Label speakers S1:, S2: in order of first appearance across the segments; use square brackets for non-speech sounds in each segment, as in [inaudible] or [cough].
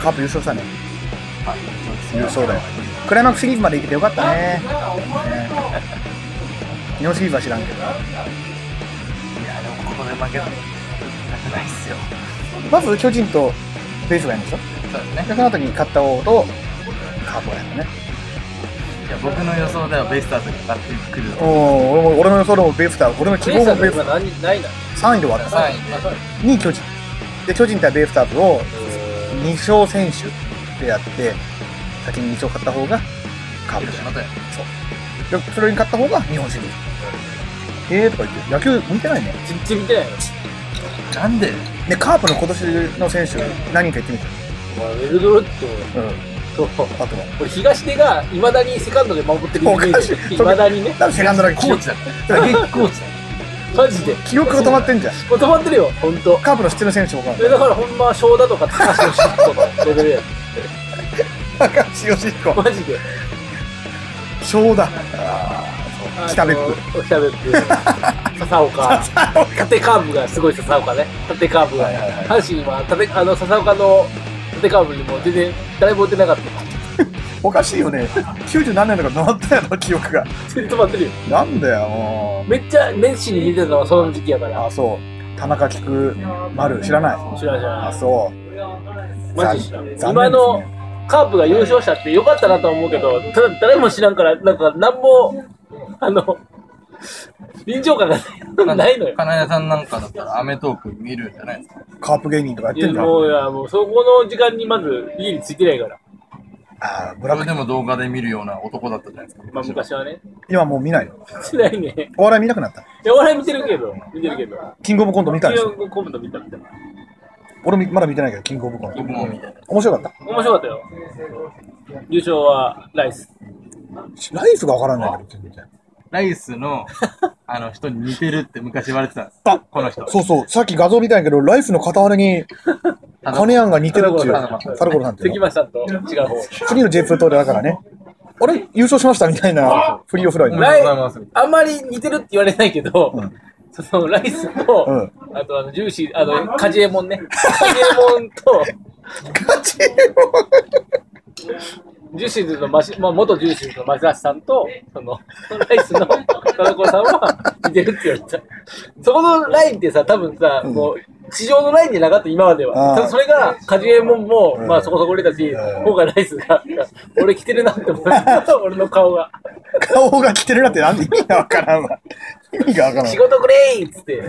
S1: カップ優勝したね
S2: はい
S1: 優勝だよクライマックスシリーズまで行けてよかったねね日本シリーズは知らんけど
S2: いやでもここで負けたくないっすよ
S1: まず巨人とベースがやるんでしょ
S2: そうですね
S1: でその後に勝った王とカープがやるのね
S2: いや僕の予想ではベイスターズが勝ってくる
S1: おお俺も俺の予想でもベースだ俺の希望もベースだ
S3: 何ないな。
S1: 3位で終わった
S2: 3位で
S1: 2位巨人で巨人対ベイスターズを2勝選手でやって先に2勝勝った方がカープ
S2: 広
S1: だよ
S2: 島とや
S1: でそれに勝った方が日本シリーズえーとか言って野球見てないね
S3: 全然見てないの。
S2: なんで
S1: でカープの今年の選手何人か言ってみて
S3: まあ、ウェルドロッ
S1: うん
S3: トと、
S1: あとは
S3: これ東出がいまだにセカンドで守ってるイメ
S1: お
S3: ー
S1: かし
S3: ジ。
S1: い
S3: いまだにね。
S1: なんでセカンドだけ
S2: コーチだ
S1: だから
S2: コーチだ
S3: マジで。
S1: 記憶が止まってんじゃん
S3: もう止まってるよ、ほんと。
S1: カープの知ってる選手も分か
S3: えだからほんま、翔だとか高橋のシットのレベルや。
S1: らん高橋義彦
S3: マジで。
S1: 翔だあーそう北別府
S3: 府。北別府。笹岡。縦カーブがすごい笹岡ね。縦カーブが
S1: はいはいはい。
S3: 阪神は縦、あの、笹岡の縦カーブにも全然誰も打てなかった。
S1: おかしいよね90何年とか止まったやろ記憶が
S3: 全然止まってるよ。
S1: なんだよも
S3: めっちゃ熱心に見てたのはその時期やか
S1: う
S3: ら
S1: あ。そう田中菊丸知らない
S3: 知らん知らん
S1: あそう
S3: マジ知らん
S1: 残
S3: 今の
S1: 残念ですね
S3: カープが優勝したってよかったなとは思うけど、ただ誰も知らんから、なんか何も、あの、臨場感がないのよ。
S2: 金谷さんなんかだったらアメトーク見るんじゃないですか
S1: カープ芸人とかやっ
S3: い
S1: て
S3: や
S1: んじゃん
S3: もういや、もうそこの時間にまず家についてないから。
S1: ああブ
S2: そ
S1: ラッ
S2: れ
S1: ク
S2: でも動画で見るような男だったじゃないですか
S3: まあ昔はね。
S1: 今もう見ないよ
S3: してないね。
S1: お笑い見なくなった
S3: いや、お笑い見てるけど、見てるけど。
S1: キングオブコント見たでしょ
S3: コント見た見た。
S1: 俺もまだ見てないけどキングオブコント
S2: 僕も見て
S1: 面白かっ
S3: 面白かったよ。優勝はライス。
S1: たライスがわからないけど全然
S2: ライスのあの人に似てるって昔言われてたんです
S1: あ
S2: この人
S1: そうそうさっき画像見たんやけどライスの片割れに
S2: ただ
S1: カネアンが似てるっていう
S2: 田所さん
S1: サルコロさんっていう
S3: 関
S1: の
S3: 町さんと違う方。
S1: 次の J2 党でだからねあれ優勝しましたみたいなフリーオフライ
S2: お
S1: で
S2: めでとうございます
S3: あんまり似てるって言われないけど、
S1: うん
S3: そのライスと、
S1: うん
S3: あとあのジューシー、あの、カジエモンね。カジエモンと、
S1: ガチ
S3: ジューシーズのマシ、まあ、元ジューシーズのマシラスさんと、その、ライスの田中さんは似てるって言われた。そこのラインってさ、多分さ、もう、地上のラインじゃなかった、今まで
S1: あ
S3: は。
S1: ー
S3: ただそれが、カジエモンも、
S1: うん
S3: まあそこそこ売れたし、
S1: うん
S3: 今回ライスが、俺着てるなって思った、俺の顔が。
S1: 顔が来てるなってなんで意味がわからんわ意味がわからん
S3: 仕事くれーっつって。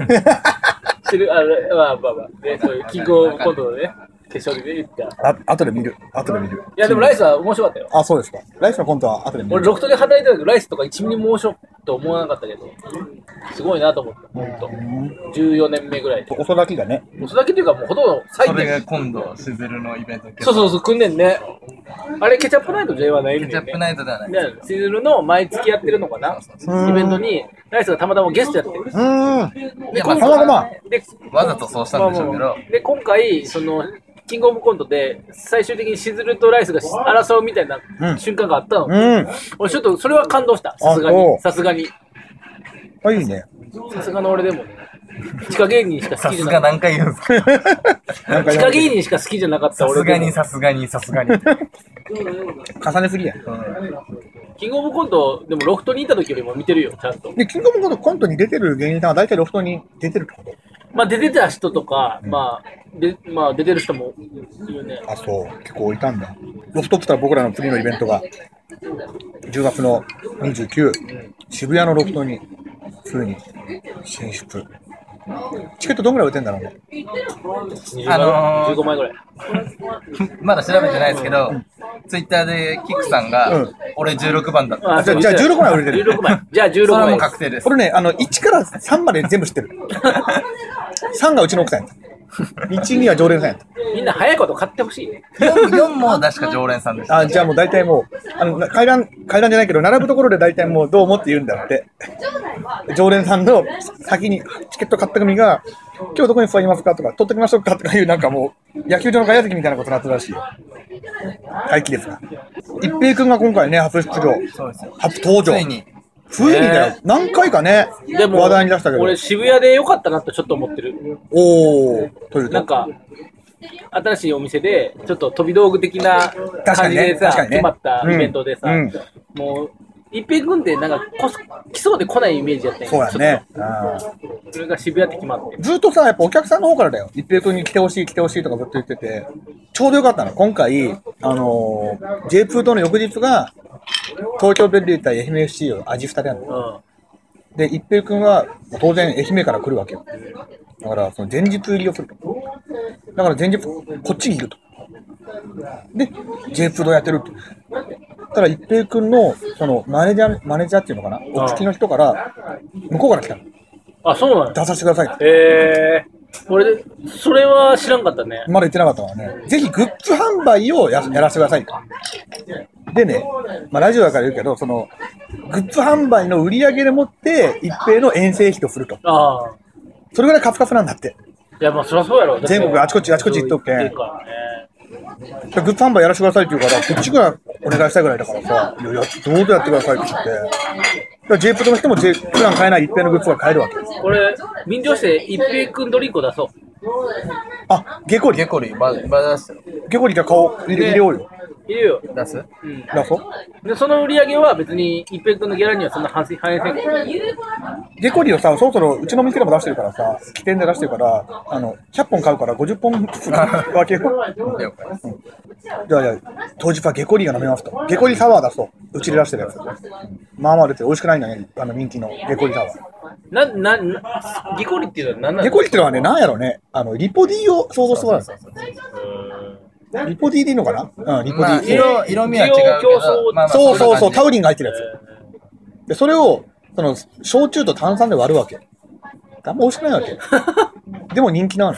S3: してる、あの、まあまあまあ、ね、そういう、キングオブコントのね、決勝でね、言った。い
S1: あ後で見る後で見る
S3: や、でもライスは面白かったよ。
S1: あそうですかライスのコントは後で見る
S3: 俺、ロフトで働いてたけど、ライスとか1ミリも面白いと思わなかったけど、すごいなと思った、ほんと。14年目ぐらいで。
S1: おそらきがね
S3: もうそれだけというか、もうほとんど最
S2: それが
S3: 低。
S2: 今度しずるのイベント
S3: そう
S2: う
S3: そうそう、組んでんね。あれ、ケチャップナイト J はないんだ
S2: ケ
S3: よ、ね。
S2: チャップナイトではない
S3: ねシズルの毎月やってるのかな
S1: う
S3: イベントに、ライスがたまたまゲストやってる。
S1: うーん
S3: で、
S2: まあ
S3: 今回
S1: たまたま
S3: で
S2: わざとそうしたんでしょうけ
S3: まあ
S2: ど
S3: まあで今回そのキングオブコントで最終的にしずるとライスが争うみたいな
S1: うん
S3: 瞬間があったの、
S1: うん
S3: 俺ちょっとそれは感動したさすが
S1: そう
S3: にさすがに
S1: あいい [laughs] ね
S3: さすがの俺でもね地下芸人しか好
S2: さ
S3: きじ
S2: す
S3: ゃ
S2: が
S3: なかっ
S2: 何回言うんですか
S1: なん
S3: た
S1: か
S3: 地下芸人しか好きじゃなかった
S2: さす
S3: 俺
S2: が
S3: で
S2: に
S3: も
S2: さすがにさすがに
S1: 重ねすぎや
S3: キングオブコントでもロフトにいた時よりも見てるよちゃんと
S1: で、キングオブコントコントに出てる芸人さんは大体ロフトに出てるってこ
S3: まあ出てた人とか、まあでまあ出てる人もいるね
S1: とあ、そう。結構いたんだ。ロフトって言ったら僕らの次のイベントが、10月の29、渋谷のロフトに、ついに進出。チケットどんぐらい売ってんだろうね。
S3: 20
S2: あのー
S3: 15枚ぐらい
S2: [laughs] まだ調べてないですけどツイッターでキックさんが、
S1: うん
S2: 俺16番だった
S1: あじゃあじゃあ16枚売れてる
S3: 16枚じゃあ16
S2: それはも
S3: 枚
S2: う確定です
S1: これね、あの、1から3まで全部知ってる。3がうちの奥さんやった。1、2は常連さんやっ。
S3: みんな早いこと買ってほしいね
S2: 4, も確か常連さんでした
S1: あ、じゃあもう大体もう、あの、階段、階段じゃないけど、並ぶところで大体もうどう思って言うんだって。常連さんの先にチケット買った組が、今日どこに座りますかとか、取ってきましょうかとかいう、なんかもう、野球場の外野席みたいなことになってるらしいよ。待機ですが。一平君が今回ね、初出場。
S2: そうですよ
S1: 初登場。
S2: ついに
S1: ついにだよ。何回かね、
S3: でも
S1: 話題に出したけど。
S3: 俺渋谷で良かったなとちょっと思ってる
S1: おー、というと
S3: なんか、新しいお店で、ちょっと飛び道具的な感じでさ、
S1: 確かにね確かにね
S3: 決まったイベントでさ、
S1: うん
S3: もう、一平君ってなんかこそ、来そうで来ないイメージやったんや
S1: そうやね。うん
S3: ちょっとそれが渋谷って決まって。
S1: ずっとさ、やっぱお客さんの方からだよ。一平君に来てほしい、来てほしいとかずっと言ってて、ちょうどよかったの。今回、あのー、J2 との翌日が、東京ベルディー対愛媛 FC を味二でやるの。
S3: うん。
S1: で、一平君はまあ当然愛媛から来るわけよ。だから、その前日入りをすると。だから前日、こっちにいると。で、J プロやってると。ただ、一平君の、その、マネージャー、マネージャーっていうのかなお付きの人から、向こうから来たの。
S3: あ、そうなんや。
S1: 出させてくださいと。
S3: えー、俺、それは知らんかったね。
S1: まだ言ってなかったからね。ぜひグッズ販売をややらせてくださいと。でね、まあラジオだから言うけど、その、グッズ販売の売り上げでもって、一平の遠征費とすると。
S3: ああ。
S1: それぐらいカツカツなんだって。
S3: いや、まあ、そりゃそうやろ。だって
S1: 全国あちこちあちこち行っとくけん
S3: 行からね
S1: でグッズ販売やらせてくださいって言うから、こっちがお願いしたいぐらいだからさ、いや、いやどうぞやってくださいって言って。だから J プロの人も J 普段買えない一平のグッズが買えるわけ。
S3: これ、便乗して一平君ドリンクを出そう。
S1: あ、ゲコリ、
S2: ゲコリ、ま、まだ出すよ。
S1: ゲコリじゃあ顔入れ入れようよ。
S3: いるよ。
S2: 出す
S3: うん。
S1: だそう
S3: で、その売り上げは別に一平君のギャラにはそんな反省反映せんから。
S1: ゲコリをさ、そろそろうちの店でも出してるからさ、起点で出してるから、あの、100本買うから50本ずつ分けよ
S2: [laughs]
S1: う。
S2: 了解です
S1: じゃあ、じゃあ当日はゲコリが飲めますと。ゲコリサワー出そう。うちで出してるやつ。まあまあ出て美味しくないんだね、あの人気のゲコリサワー。
S3: な、な、な、ギコリっていうのは何なの
S1: ゲコリってのはね、なんやろね、あの、リポ D を想像してもらうんですよ。リポ D でいいのかなうん、リポ D。
S2: まあ、色、色味は違うけ
S3: 需要競争
S2: ど、まあまあ
S1: そうそうそう、
S2: んな
S1: タ
S2: 感
S1: ウリンが入ってるやつ。で、それを、その、焼酎と炭酸で割るわけ。あんま美味しくないわ
S2: [laughs]
S1: け。でも人気なの。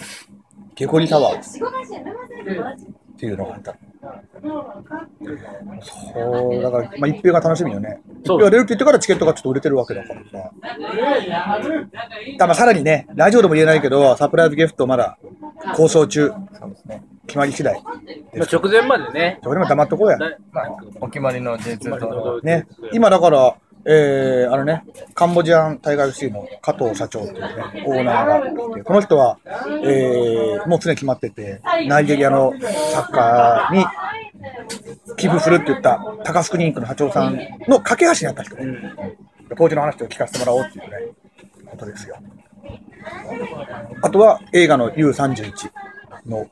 S1: ゲコリサワーっていうのがあった。そう、だから、まあ、一平が楽しみよね。一
S3: そう
S1: 平が出るって言ってからチケットがちょっと売れてるわけだからさ。だからさらにね、ラジオでも言えないけど、サプライズゲストまだ交渉中。決まり次第。
S3: まあ、直前までね。
S1: それでも黙っとこうや。
S3: だ
S2: まあ、お決まりの J2 と、
S1: ね、今だから、えー、あのね、カンボジアン大会 FC の加藤社長っていうね、オーナーがいて、この人は、えー、もう常に決まってて、ナイジェリアのサッカーに寄付するって言った高須クリニックの社長さんの架け橋になった人ね、当時の話を聞かせてもらおうっていうね、ことですよ。あとは映画の U31 の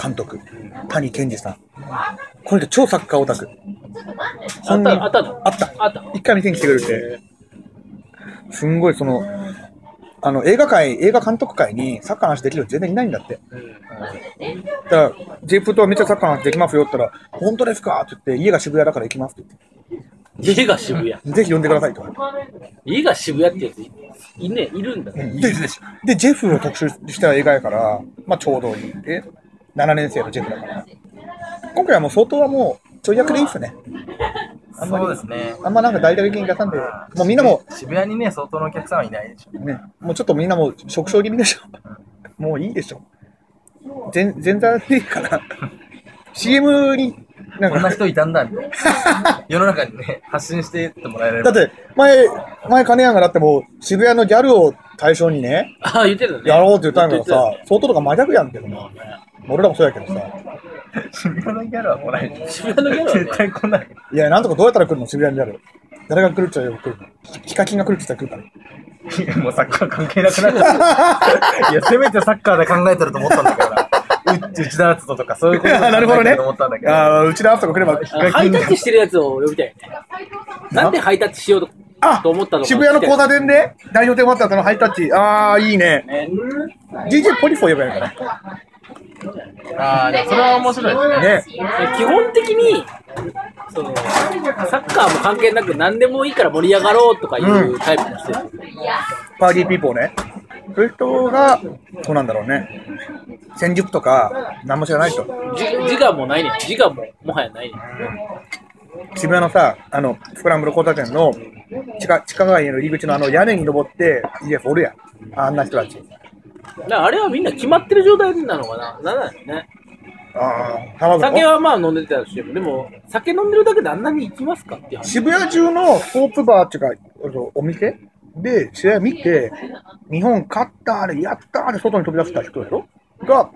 S1: 監督、谷健二さん。この人超サッカーオタク。
S3: あっ
S1: 本人
S3: た、あったの
S1: あった。
S3: あった。
S1: 一回見てきてくれて、すんごいその、あの映画界、映画監督界にサッカーの話できる人全然いないんだって。
S3: うん
S1: だから、ジェイプとはめっちゃサッカーの話できますよって言ったら、本当ですかって言って、家が渋谷だから行きますって
S3: 家が渋谷。
S1: 言って、ぜひ呼んでくださいと。
S3: 家が渋谷ってやつい、いね、いるんだね。
S1: で、でジェフを特集した映画やから、まあちょうどいい。で、7年生のジェフだから。今回はもう相当はもう、ちょい役でいいっすね。あんまり
S2: そうですね。
S1: あんまなんか大々的に出さんで、もうみんなも、
S2: 渋谷にね、相当のお客さんはいないでしょ。
S1: ね、もうちょっとみんなもう食傷気味でしょ。もういいでしょ。全全然いいから。CM に、な
S2: こん
S1: ん
S2: な
S1: か、
S2: 人いたんだ、みたい [laughs] な。世の中にね、発信していってもらえれ
S1: だ
S2: ば。
S1: って前、前金谷がだってもう渋谷のギャルを対象にね、
S3: ああ、言ってたね。
S1: やろうって言ったんやけど
S3: 言っ
S1: さ、相当とか真逆やんけどな。俺らもそうやけどさ。
S2: 渋谷のギャルは来ないでしょ。
S3: 渋谷のギャルはね
S2: 絶対来ない。
S1: いや、なんとかどうやったら来るの渋谷のギャル。誰が来るっちゃよ、来るの。ヒカキンが来るって言ったら来 [laughs] るか
S2: いやもうサッカー関係なくなっちゃった。いや、せめてサッカーで考えてると思ったんだけどな。う内田篤人とかそういうこと
S1: ら。
S2: だと思ったんだけど。
S1: ああ、うちのアフタが来れば。
S3: あハイタッチしてるやつを呼びたいよね。なんでハイタッチしようと
S1: あ
S3: と思ったのか
S1: 渋谷の交差点で代表点終わった後のハイタッチ。ああ、いいね。
S3: ね
S1: DJ ポリフォ呼べないかな。
S2: あーでもそれは面白いですね。
S1: ね。
S3: 基本的にそのサッカーも関係なく何でもいいから盛り上がろうとかいうタイプの人です、
S1: パーティーピーポーね。そういう人が、そうなんだろうね。戦術とか、何も知らない人。
S3: じ自我もないねん自我ももはやないねん
S1: 渋谷のさ、あの、スクランブル交差点の地下、地下街への入り口のあの屋根に登って、DF おるやん。あんな人たち。
S3: だからあれはみんな決まってる状態なのかななんなんだろうね
S1: ああ、卵の
S3: 酒はまあ飲んでたとしてもでも酒飲んでるだけであんなに行きますかっていう話
S1: 渋谷中のスポーツバーっていうか、あのお店で試合見て、日本勝ったあれ、やったあれ、外に飛び出した人やろが、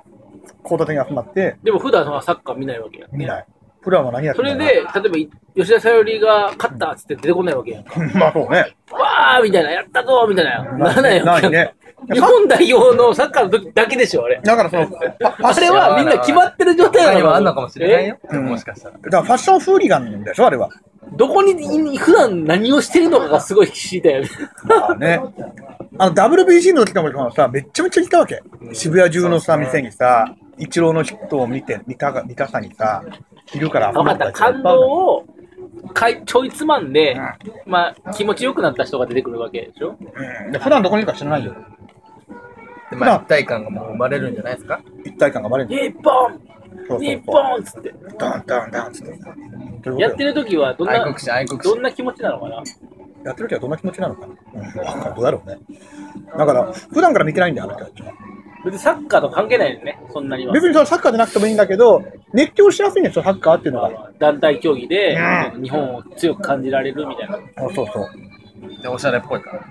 S1: 交差点に集まって、
S3: でも普段はサッカー見ないわけやんね。
S1: 見ない。プランは何やって
S3: そ
S1: んだろ
S3: れ
S1: う
S3: で、例えばい、吉田沙保里が勝ったっつって出てこないわけやんか。
S1: [laughs] まあそうね。
S3: わーみたいな、やったぞーみたいな。ならないわ
S1: な
S3: けや
S1: い
S3: んか。
S1: ね。
S3: 日本代表のサッカーの時だけでしょ、あれ。
S1: だからその、ファだ
S3: あれはみんな決まってる状態
S2: 他
S3: な
S2: に
S3: の
S2: はあんのかもしれないよ。
S1: え
S2: もしかしたら。
S1: からファッションフーリガンでしょ、あれは。
S3: えどこにい、普段何をしてるのかがすごい知りたいよね。
S1: まあね。あの、WBC の時とかもさ、めっちゃめちゃ来たわけ。渋谷中のさ、
S2: そうです
S1: 店
S2: ね
S1: にさ、イチローの人を見て、見たが、見たさにさ、昼から
S3: 分かった。感動
S1: を。
S3: をかいちょいつまんで、まあ、気持ちよくなった人が出てくるわけでしょ。
S1: うんで普段どこにいるか知らないよ。
S2: でまあ、一体感がもう生まれるんじゃないですか。
S1: 一体感がバレるんだよ
S3: 日本
S1: そうそう
S3: 日
S1: そ
S3: 本っつって。
S1: う。ダンダンダンっつって。ということ
S3: や
S1: よ
S3: ってる時はどん
S2: 愛
S3: な
S2: 国、心、愛国
S3: ど
S2: 心。
S3: んな気持ちなのかな
S1: やってる時はどんな気持ちなのかな。うん、わかんどうだろうね。だから、普段から見てないんだよ、あの人たちは。
S3: 別にサッカーと関係ないよね、そんなには。
S1: 別にそのサッカーじゃなくてもいいんだけど、熱狂しやすいんですよ、サッカーっていうのが。
S3: 団体競技で
S1: う
S3: 日本を強く感じられるみたいな。
S1: あそうそう。
S2: で、おしゃれっぽいから。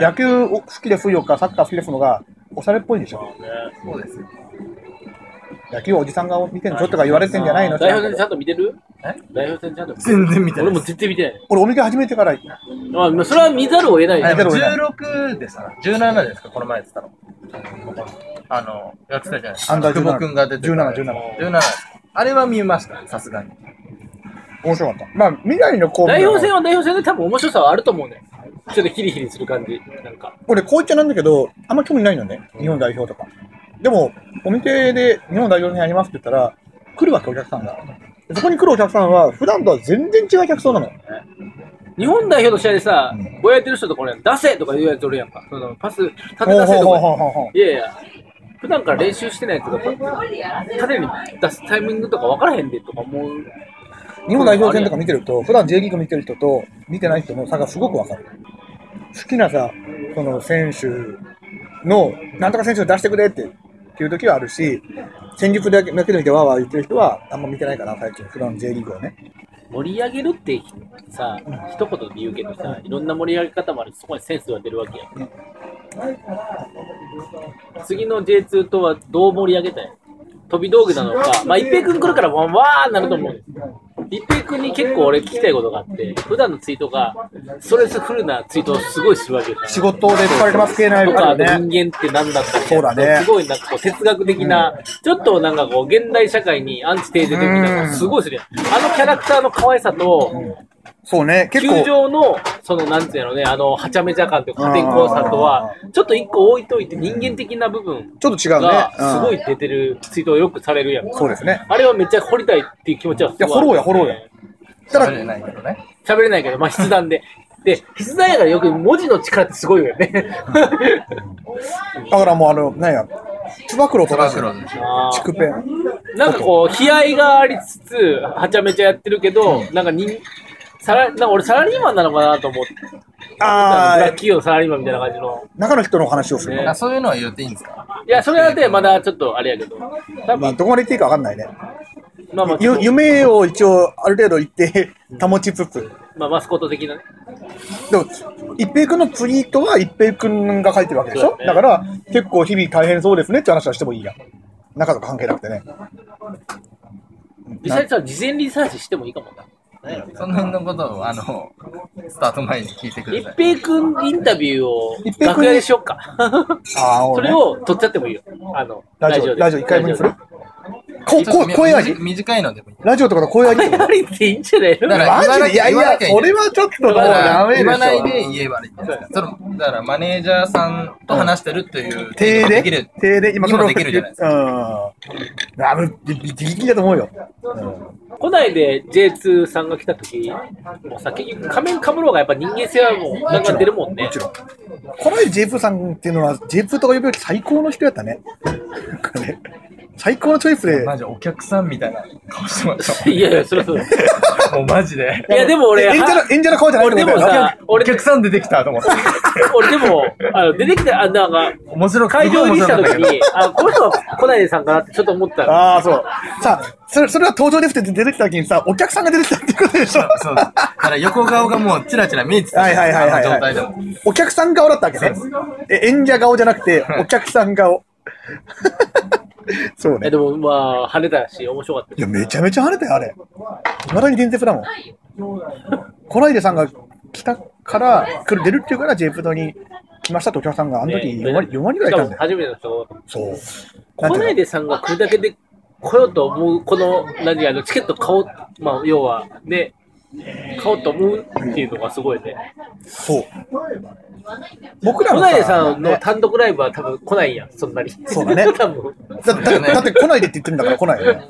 S1: 野球を好きで不よか、サッカー好きですのが、おしゃれっぽいんでし
S3: まあ
S1: ょ。
S3: ね
S2: そうですよ。
S1: 野球をおじさんが見てんでしょとか言われてんじゃないの
S3: 代表戦ちゃんと見てる
S2: え
S3: 代表戦ちゃんと見てる
S2: 全然見てな
S3: 俺
S2: い
S3: も
S2: です。
S3: 絶対見てない。
S1: 俺、お店始めてから、
S3: まあまあ、それは見ざるを得ない
S1: 俺も
S2: あ
S1: 見
S2: でも
S1: てない
S2: 16でさ、17ですか、この前やってたの。あの、やってたじゃないです
S1: アンダー
S2: か。
S1: 17
S2: 久保君が出てた。
S1: 17 17
S2: 17ですか。あれは見ました、さすがに。
S1: 面白かった。まあ、未来の子
S3: 代表戦は代表戦で多分面白さはあると思うね。ちょっとヒリヒリする感じ。なんか。
S1: 俺、こう言っちゃなんだけど、あんま興味ないのね、日本代表とか。でも、お店で日本代表戦やりますって言ったら、来るわけ、お客さんが。そこに来るお客さんは、普段とは全然違う客層なの。
S3: 日本代表の試合でさ
S1: うん、
S3: ぼやいてる人とか俺、出せとか言うやつおるやんか。そのパス、
S1: ほ
S3: 縦出せと
S1: ほ
S3: か。
S1: ほほほ
S3: いやいや、普段から練習してないやつが、縦に出すタイミングとか分からへんでとか思う。
S1: 日本代表戦とか見てると、普段 J リーグ見てる人と見てない人の差がすごくわかる。好きなさ、その選手の、なんとか選手を出してくれってっていう時はあるし、戦術だけだけでわーわー言ってる人はあんま見てないかな、最近、普段 J リーグをね。
S3: 盛り上げるってさ、一言で言うけどさ、いろんな盛り上げ方もあるし、そこにセンスが出るわけやん。次の J2 とはどう盛り上げたい飛び道具なのか、まあ、一平君来るからわわーなると思う。一平君に結構俺聞きたいことがあって、普段のツイートが、ストレスフルなツイートをすごいするわけよ。
S1: 仕事で疲れてます系ない
S3: と
S1: か
S3: か、
S1: らね。
S3: 人間って何なんだみたいな
S1: そうだね
S3: すごいなんかこう哲学的な、ちょっとなんかこう現代社会にアンチテーゼ的な
S1: う
S3: の
S1: ん
S3: すごいするやん。あのキャラクターの可愛さと、
S1: そうね、結
S3: 球
S1: 構。
S3: 場の、そのなんていうのね、あの、はちゃめちゃ感というか、破天荒さとは、ちょっと一個置いといて人間的な部分
S1: ちょっと違うね
S3: が。
S1: うん
S3: すごい出てるツイートをよくされるやん。
S1: そうですね。
S3: あれはめっちゃ掘りたいっていう気持ちはすごいある
S1: いや掘ろうや掘ろうや。た
S2: 喋
S1: だ
S2: れないけどね。
S3: 喋れないけど、まあ筆談で。で、筆談やからよく文字の力ってすごいよね。
S1: だからもうあの、なんや、つば九郎と同じ
S2: クロでしょ。
S3: あー [laughs]
S1: チクペン。
S3: なんかこう、悲哀がありつつ、はちゃめちゃやってるけど、なんかに、サラ、なんか俺サラリーマンなのかなと思って、
S1: あ
S3: ブラック
S1: ー、
S3: 企業のサラリーマンみたいな感じの。
S1: 中の人の話をするの。
S3: ね
S2: あそういうのは言っていいんですか
S3: いや、それはね、まだちょっとあれやけど。多
S1: まあ、
S3: 分、
S1: どこまで言っていいかわかんないね。
S3: まあまあ、
S1: ゆ夢を一応ある程度言って保ちつつ、
S3: まあ、マスコット的なね。
S1: でも一平君のツイートは一平君が書いてるわけでし
S3: そ
S1: ょ
S3: うだね
S1: だから結構日々大変そうですねって話はしてもいいやん中とか関係なくてね
S3: 実際さ、事前リサーチしてもいいかもな。
S2: その辺のことを、あの、スタート前に聞いてく
S3: 一
S2: ださい。
S3: 平君インタビューを
S1: 一平君
S3: 楽屋でしよっか。
S1: ああ
S3: それを撮っちゃってもいいよ。あの、
S1: ラジオ
S3: で
S1: ラジオ一回分にする
S3: ラ
S1: ここ声味
S2: み短いのでもいい。
S1: ラジオとかの声味
S3: ジオで [laughs] 声ありっていいんじゃないの
S2: だから
S1: マジでいやい
S2: 言わな
S1: や
S2: きゃいけない
S1: それはちょっともう
S2: だから
S1: ダメでし
S2: 言
S1: ょ
S2: わないで言えばいいんですかそのだからマネージャーさんと話してるという
S1: 手
S2: で
S1: で
S2: きる。
S1: 手で今それを
S2: 今できるじゃないです
S1: うんあぶギリギリだと思うよ、うん
S3: 都内で J2 さんが来た時もうさ、結局仮面かぶろうがやっぱ人間性はもうガンガン出るもんね
S1: も。ちろんこの前 J2 さんっていうのは J2 とか呼ぶより最高の人やったねこれ最高のチョイスで
S2: マジお客さんみたいな顔してま
S3: [laughs]
S2: し
S3: [laughs] いやいや、そりゃそうだ。い
S2: た。もうマジで。
S3: や、でも俺、
S1: 演者
S3: は
S1: の、演者の顔じゃない
S3: 俺でもさ、
S2: お
S3: 俺、
S2: 客さん出てきたと思って。
S3: 俺でも、あの出てきた、あなんか、
S2: 面白い
S3: 会場入りした時
S2: すごい面白かったけ
S3: に、あ、この人は来ないでさんかなってちょっと思ったの。
S1: ああ、そう。さあ、それ、それは登場ですって出てきた時にさ、お客さんが出てきたってことでしょ
S2: どそうだから横顔がもうチラチラ見えてた。
S1: はいはいはいはい
S2: あの
S1: は
S2: 状
S1: い
S2: 態でも。
S1: お客さん顔だったわけね。え、演者顔じゃなくて、お客さん顔。そうね
S3: え、。でもまあ、跳ねたし、面白かった
S1: いや、めちゃめちゃ跳ねたよ、あれ。未だに伝説だもん。コライデさんが来たから、来る出るっていうから、ジェイプドに来ましたってお客さんが、あの時4割 ,4 割ぐらいいたんだ
S3: し
S1: よ。
S3: かも初めての人
S1: そう。な
S3: が
S1: ん
S3: 来
S1: て
S3: ない
S1: いう
S3: でさんが来るだけで来ようと思う、この、何あの、チケット買おう、まあ、要は、ね、買おうと思うっていうのがすごいね。
S1: のそう。僕ら
S3: コ
S1: も
S3: ナイデさんの
S1: ね
S3: 単独ライブは多分来ないやん、そんなに。
S1: そうだね
S3: [laughs] 多分。
S1: だだだって来ないでって言ってるんだから来ないよ
S3: [laughs]
S1: ね。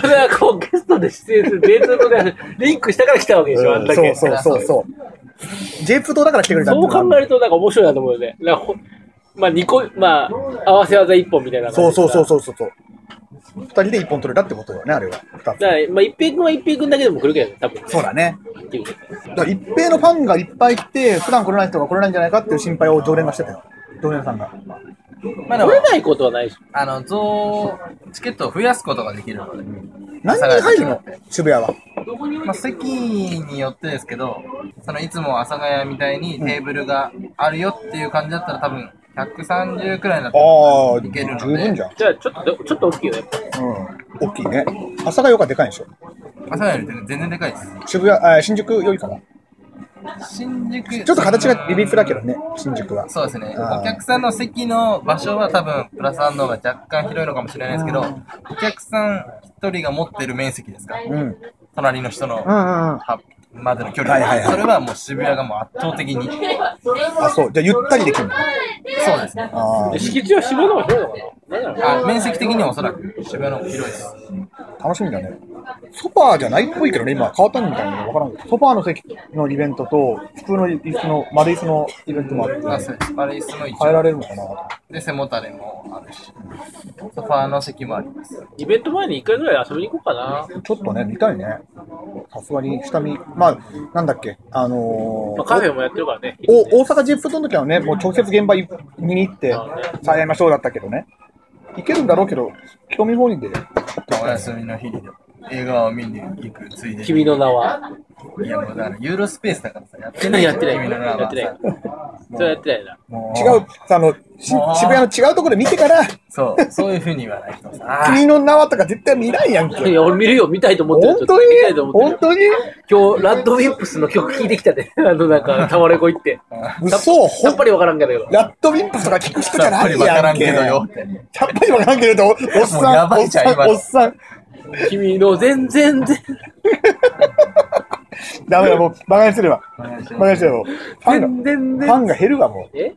S3: それはこう、ゲストで出演する、レートとね、リンクしたから来たわけでしょ、あんだ
S1: そ
S3: け。
S1: うそうそうそう。ジェイプドだから来てくれたってい
S3: そう
S1: のがある
S3: 考えると、なんか面白いなと思うよね。なんかほまあ、二個、まあ、合わせ技一本みたいな
S1: そうそうそう
S3: う。
S1: そうそうそう。二人で一本取れたってことだよね、あれは。二つ
S3: だから、まあ、一平君は一平君だけでも来るけどね、多分。
S1: そうだね。
S3: っていうね
S1: だから一平のファンがいっぱい来て、普段来れない人が来れないんじゃないかっていう心配を常連がしてたよ。常連さんが。
S2: まあで
S3: 来
S2: も、
S3: れないことはないし。
S2: あの、増、チケットを増やすことができるので、
S1: 何人入るの渋谷は。
S2: まあ、席によってですけど、そのいつも阿佐ヶ谷みたいにテーブルがあるよっていう感じだったら多分130くらいだったら
S1: ああ、
S2: いけるので
S1: 十分じゃん。
S3: じゃあ、ちょっと、ちょっと大きいよね。
S1: うん。大きいね。阿佐ヶ谷がでかいんでしょ。
S2: 阿佐ヶ谷より全然でかいです。
S1: 渋谷、あー新宿よりかな。
S2: 新宿
S1: ちょっと形がリリーフだけどね、新宿は。
S2: そうですね
S1: あー
S2: お客さんの席の場所は多分プラスアンドが若干広いのかもしれないですけどお客さん一人が持ってる面積ですか
S1: うん。うんうん
S2: 隣の人の
S1: うん。
S2: はまでの距離、
S1: はいはいはい
S2: それはもう渋谷がもう圧倒的に
S1: あ、そう。じゃあゆったりできるの。あ
S2: そうですね
S1: あ
S3: で、敷地は絞るのが広いのかななんだろ
S2: あ面積的にはおそらく渋谷の方が広いです
S1: ー、楽しみだね。ソファーじゃないっぽいけどね、今変わったみたいなのわからんけど。ソファーの席のイベントと、普通の椅子の、丸椅子のイベントもあっ
S2: あ
S1: て、
S2: そうですあれ椅子の一
S1: 変え
S2: 応
S1: られるのかな
S2: で背もたれもあるしソファーの席もあります
S3: うイベント前に一回ぐらい遊びに行こうかな。
S1: ちょっとね、見たいね。さすがに下見、まあ、なんだっけ、あのー
S3: まあ、カフェもやってるからね。
S1: お大阪ジェップトの時はね、もう直接現場に見に行って
S3: あーね、
S1: 再やりましょうだったけどね。行けるんだろうけど、興味本位で。
S2: お休みの日に映画を見に行くついでに
S3: 君の名は。
S2: いやもうだからユーロスペースだからさやってない
S3: やってない。
S2: 君の名は
S3: やってない。それはやってないな。
S2: も
S1: 違う、あの、し
S2: もう
S1: 渋谷の違うところで見てから、
S2: そうそういうふうに言わ
S1: [laughs]
S2: ないとさ
S1: 国の縄とか絶対見ないやん
S3: い
S1: け。
S3: や、俺見るよ、見たいと思ってる。
S1: 本当
S3: ちょっと
S1: に
S3: 見たいと思って
S1: 本
S3: る。
S1: 当に
S3: 今日、ラッドウィップスの曲聴いてきたで。あの、なんか、タワレコ行って。
S1: 嘘
S3: や
S1: ほ
S3: っぱりわからんけどよ。
S1: ラッドウィンプスとか聞く人じゃ
S2: さっ
S1: な
S2: ぱ
S1: い
S2: りわか
S1: や
S2: ら
S1: ん
S2: ん
S1: け。
S2: けど
S1: や
S2: よ
S1: っぱりわからんけど、おおっ
S2: もうや
S1: さん、
S2: ば
S1: お
S2: い
S1: っ
S2: じゃ
S1: さ
S2: ん
S1: ん、
S2: 今の
S1: おっさん。
S3: 君の全然、全
S1: ダメだ、もう、馬鹿にすれば。馬鹿にすれば。ファン
S3: 然、全
S1: が、ファ
S3: 然。
S1: ンが減るわ、も
S3: え
S1: う。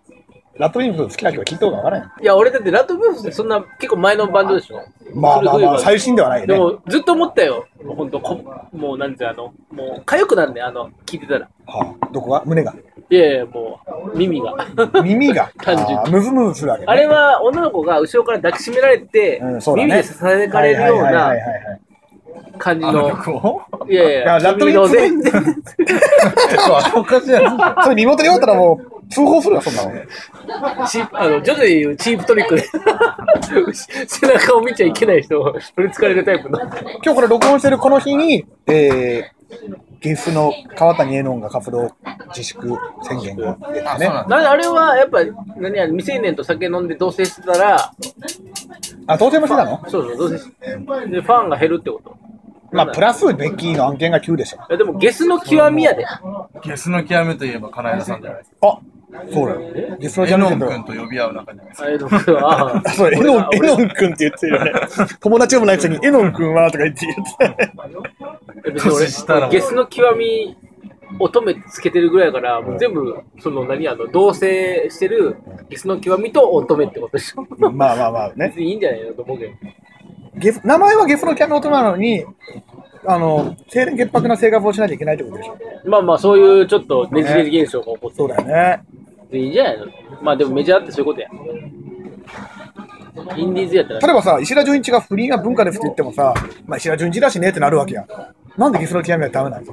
S1: ラッドウィンプス好きな人が聞いた方がわからんやん。
S3: いや、俺だってラッドウィップスってそんな結構前のバンドでしょ。
S1: まあまあまあ、
S3: 古いバンド
S1: 最新ではない
S3: で
S1: よね。
S3: も、ずっと思ったよ。もうほんと、こもう、なんていうのあの、もう、かゆくなんね、あの、聞いてたら。
S1: はあ、どこが [laughs] 胸が。
S3: いやいや、もう、耳が。
S1: 耳が。
S3: 単純
S1: あームズムズするわけね。
S3: あれは女の子が後ろから抱きしめられて、
S1: うんそうだね
S3: 耳で支えかれるよう
S1: はいはい
S3: な
S1: はいはい
S3: 感じ
S2: あの
S3: の。
S2: 曲を
S3: いやいや、
S1: だからラッドウィ
S3: 君
S1: ッ
S3: の
S1: プス
S3: 全然。
S2: おかしいや
S1: それ身元で言われたらもう、通報するわ、そんなの。
S3: チープあの徐々に言うチープトリックで [laughs] 背中を見ちゃいけない人を取りつかれるタイプの
S1: 今日これ録音してるこの日に、えー、岐阜の川谷絵音が活動自粛宣言が出た
S2: あそう
S1: ね
S2: な。んだ
S3: なんであれはやっぱ何や未成年と酒飲んで同棲してたら
S1: あ、当選もしてたの
S3: そうそう同棲してでファンが減るってこと
S1: まあ、プラスベッキーの案件が急でしょ。
S3: いやでもゲスの極みやで
S2: ゲスの極めといえば金枝さんじゃないですか
S1: あ、そうだよ。ゲスのジ
S2: エ
S1: ャン
S2: ノ
S1: ル
S2: ン
S1: だ
S2: 君と呼び合う中じゃないです
S3: あれのああ
S1: あ、そう、エ
S3: 俺
S1: ノン
S3: が、
S1: エ
S3: 俺
S1: ノン君って言ってるよね。友達でもないくせに、エノン君はとか言って言ってたよね。
S3: 別に俺
S2: 年下なのに
S3: ゲスの極み乙女つけてるぐらいやから、もう全部、その何あの、同棲してるゲスの極みと乙女ってことでしょ。
S1: まあまあまあね
S3: 別。にいいんじゃないのと思うけど。
S1: ゲス名前はゲスのキャンの音なのに、あの、清廉潔白な生活をしなきゃいけないってことでしょ。
S3: まあまあ、そういうちょっとねじれ現象が起こって
S1: そうだよね。
S3: いいんじゃないのまあでもメジャーってそういうことや。インディーズやったら
S1: 例えばさ、石田純一が不倫が文化ですって言ってもさ、まあ、石田純一だしねってなるわけやん。なんでゲスの極みはダメなの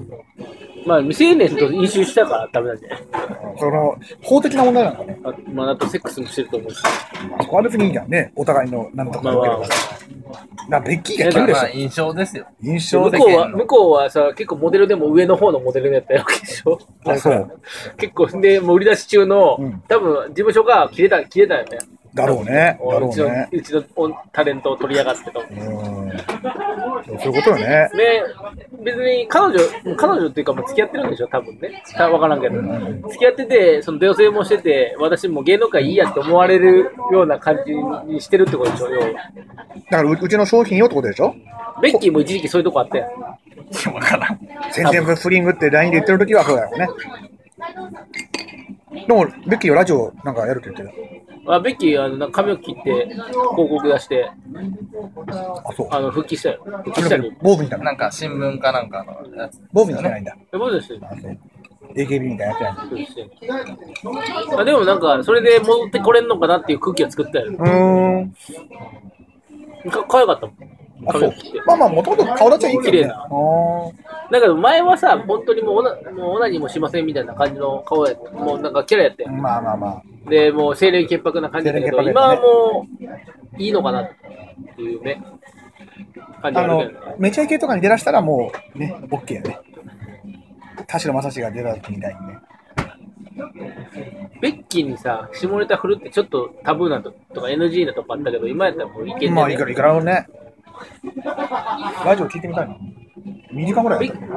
S3: まあ未成年と飲酒したからダメなんじゃない
S1: その、法的な問題なのかね。
S3: あまああとセックスもしてると思うし。
S1: そこは別にいいじゃんね。お互いのなんとか
S3: まあ
S1: だけ
S3: まあ
S1: ど。な、ベッキーが
S2: か
S1: 急でし
S2: まあ
S1: ょ。
S2: 印象ですよ [laughs]
S1: 印象
S3: 向
S1: 的
S3: こうは、向こうはさ、結構モデルでも上の方のモデルやったわけでしょ。
S1: あそう。
S3: 結構、で、もう売り出し中の、
S1: うん
S3: 多分、事務所が切れた、切れたよね。
S1: だろうね。だ
S3: お
S1: ろ
S3: うち
S1: う
S3: の
S1: ね。
S3: うちのおタレントを取り上がってと。
S1: う
S3: ね、
S1: ん。そういうことよね。
S3: 別に彼女、彼女っていうか、もう付き合ってるんでしょ、多分ね。た分からんけど。付き合ってて、その同性もしてて、私もう芸能界いいやって思われるような感じにしてるってことでしょ、要は
S1: だからううちの商品よってことでしょ
S3: ベッキーも一時期そういうとこあったやん。
S2: わからん。
S1: 全然フリングって LINE で言ってるときはそうだよね。でも、ベッキーはラジオなんかやるって言ってる。
S3: あベッキーあのなんか髪を切って広告出して
S1: あ、そう。
S3: あの復帰したよ。復帰
S1: 髪
S3: した
S1: の
S3: り
S1: 毛。ボーブみたいな。
S2: なんか新聞かなんかのやつ、
S1: ボーブじゃないんだ。
S3: え、もしかして
S1: あ、そう。AKB みたいなやつやん。
S3: そうですねあでもなんか、それで戻ってこれんのかなっていう空気を作ったよね。
S1: うーん。
S3: か可愛かったもん。
S1: あ、そ
S3: 髪を
S1: う
S3: 切って。。
S1: まあまあ、もともと顔立ちはいいけど
S3: 綺麗
S1: ね。
S3: な
S1: あー
S3: だけど前はさ、本当にもうオナもうオナニーもしませんみたいな感じの顔やったもうなんかキャラやったよ。
S1: まあまあまあ。
S3: で、もう清廉潔白な感じだけど、
S1: 清廉潔白やね
S3: 今はもういいのかなっていうね、感じ
S1: あ
S3: があ
S1: の
S3: るけどね。、
S1: めちゃイケとかに出だしたらもう、ね、OK やね。田代正史が出た時みたいにね。
S3: ベッキーにさ、下ネタ振るってちょっとタブーなととか NG なとこあったけど、今やったらもういけて、ね、
S1: まあ、いくら、いくらのね。ラジオ聞いてみたいな。2時間ぐらい
S3: ベ
S1: やった
S3: ッ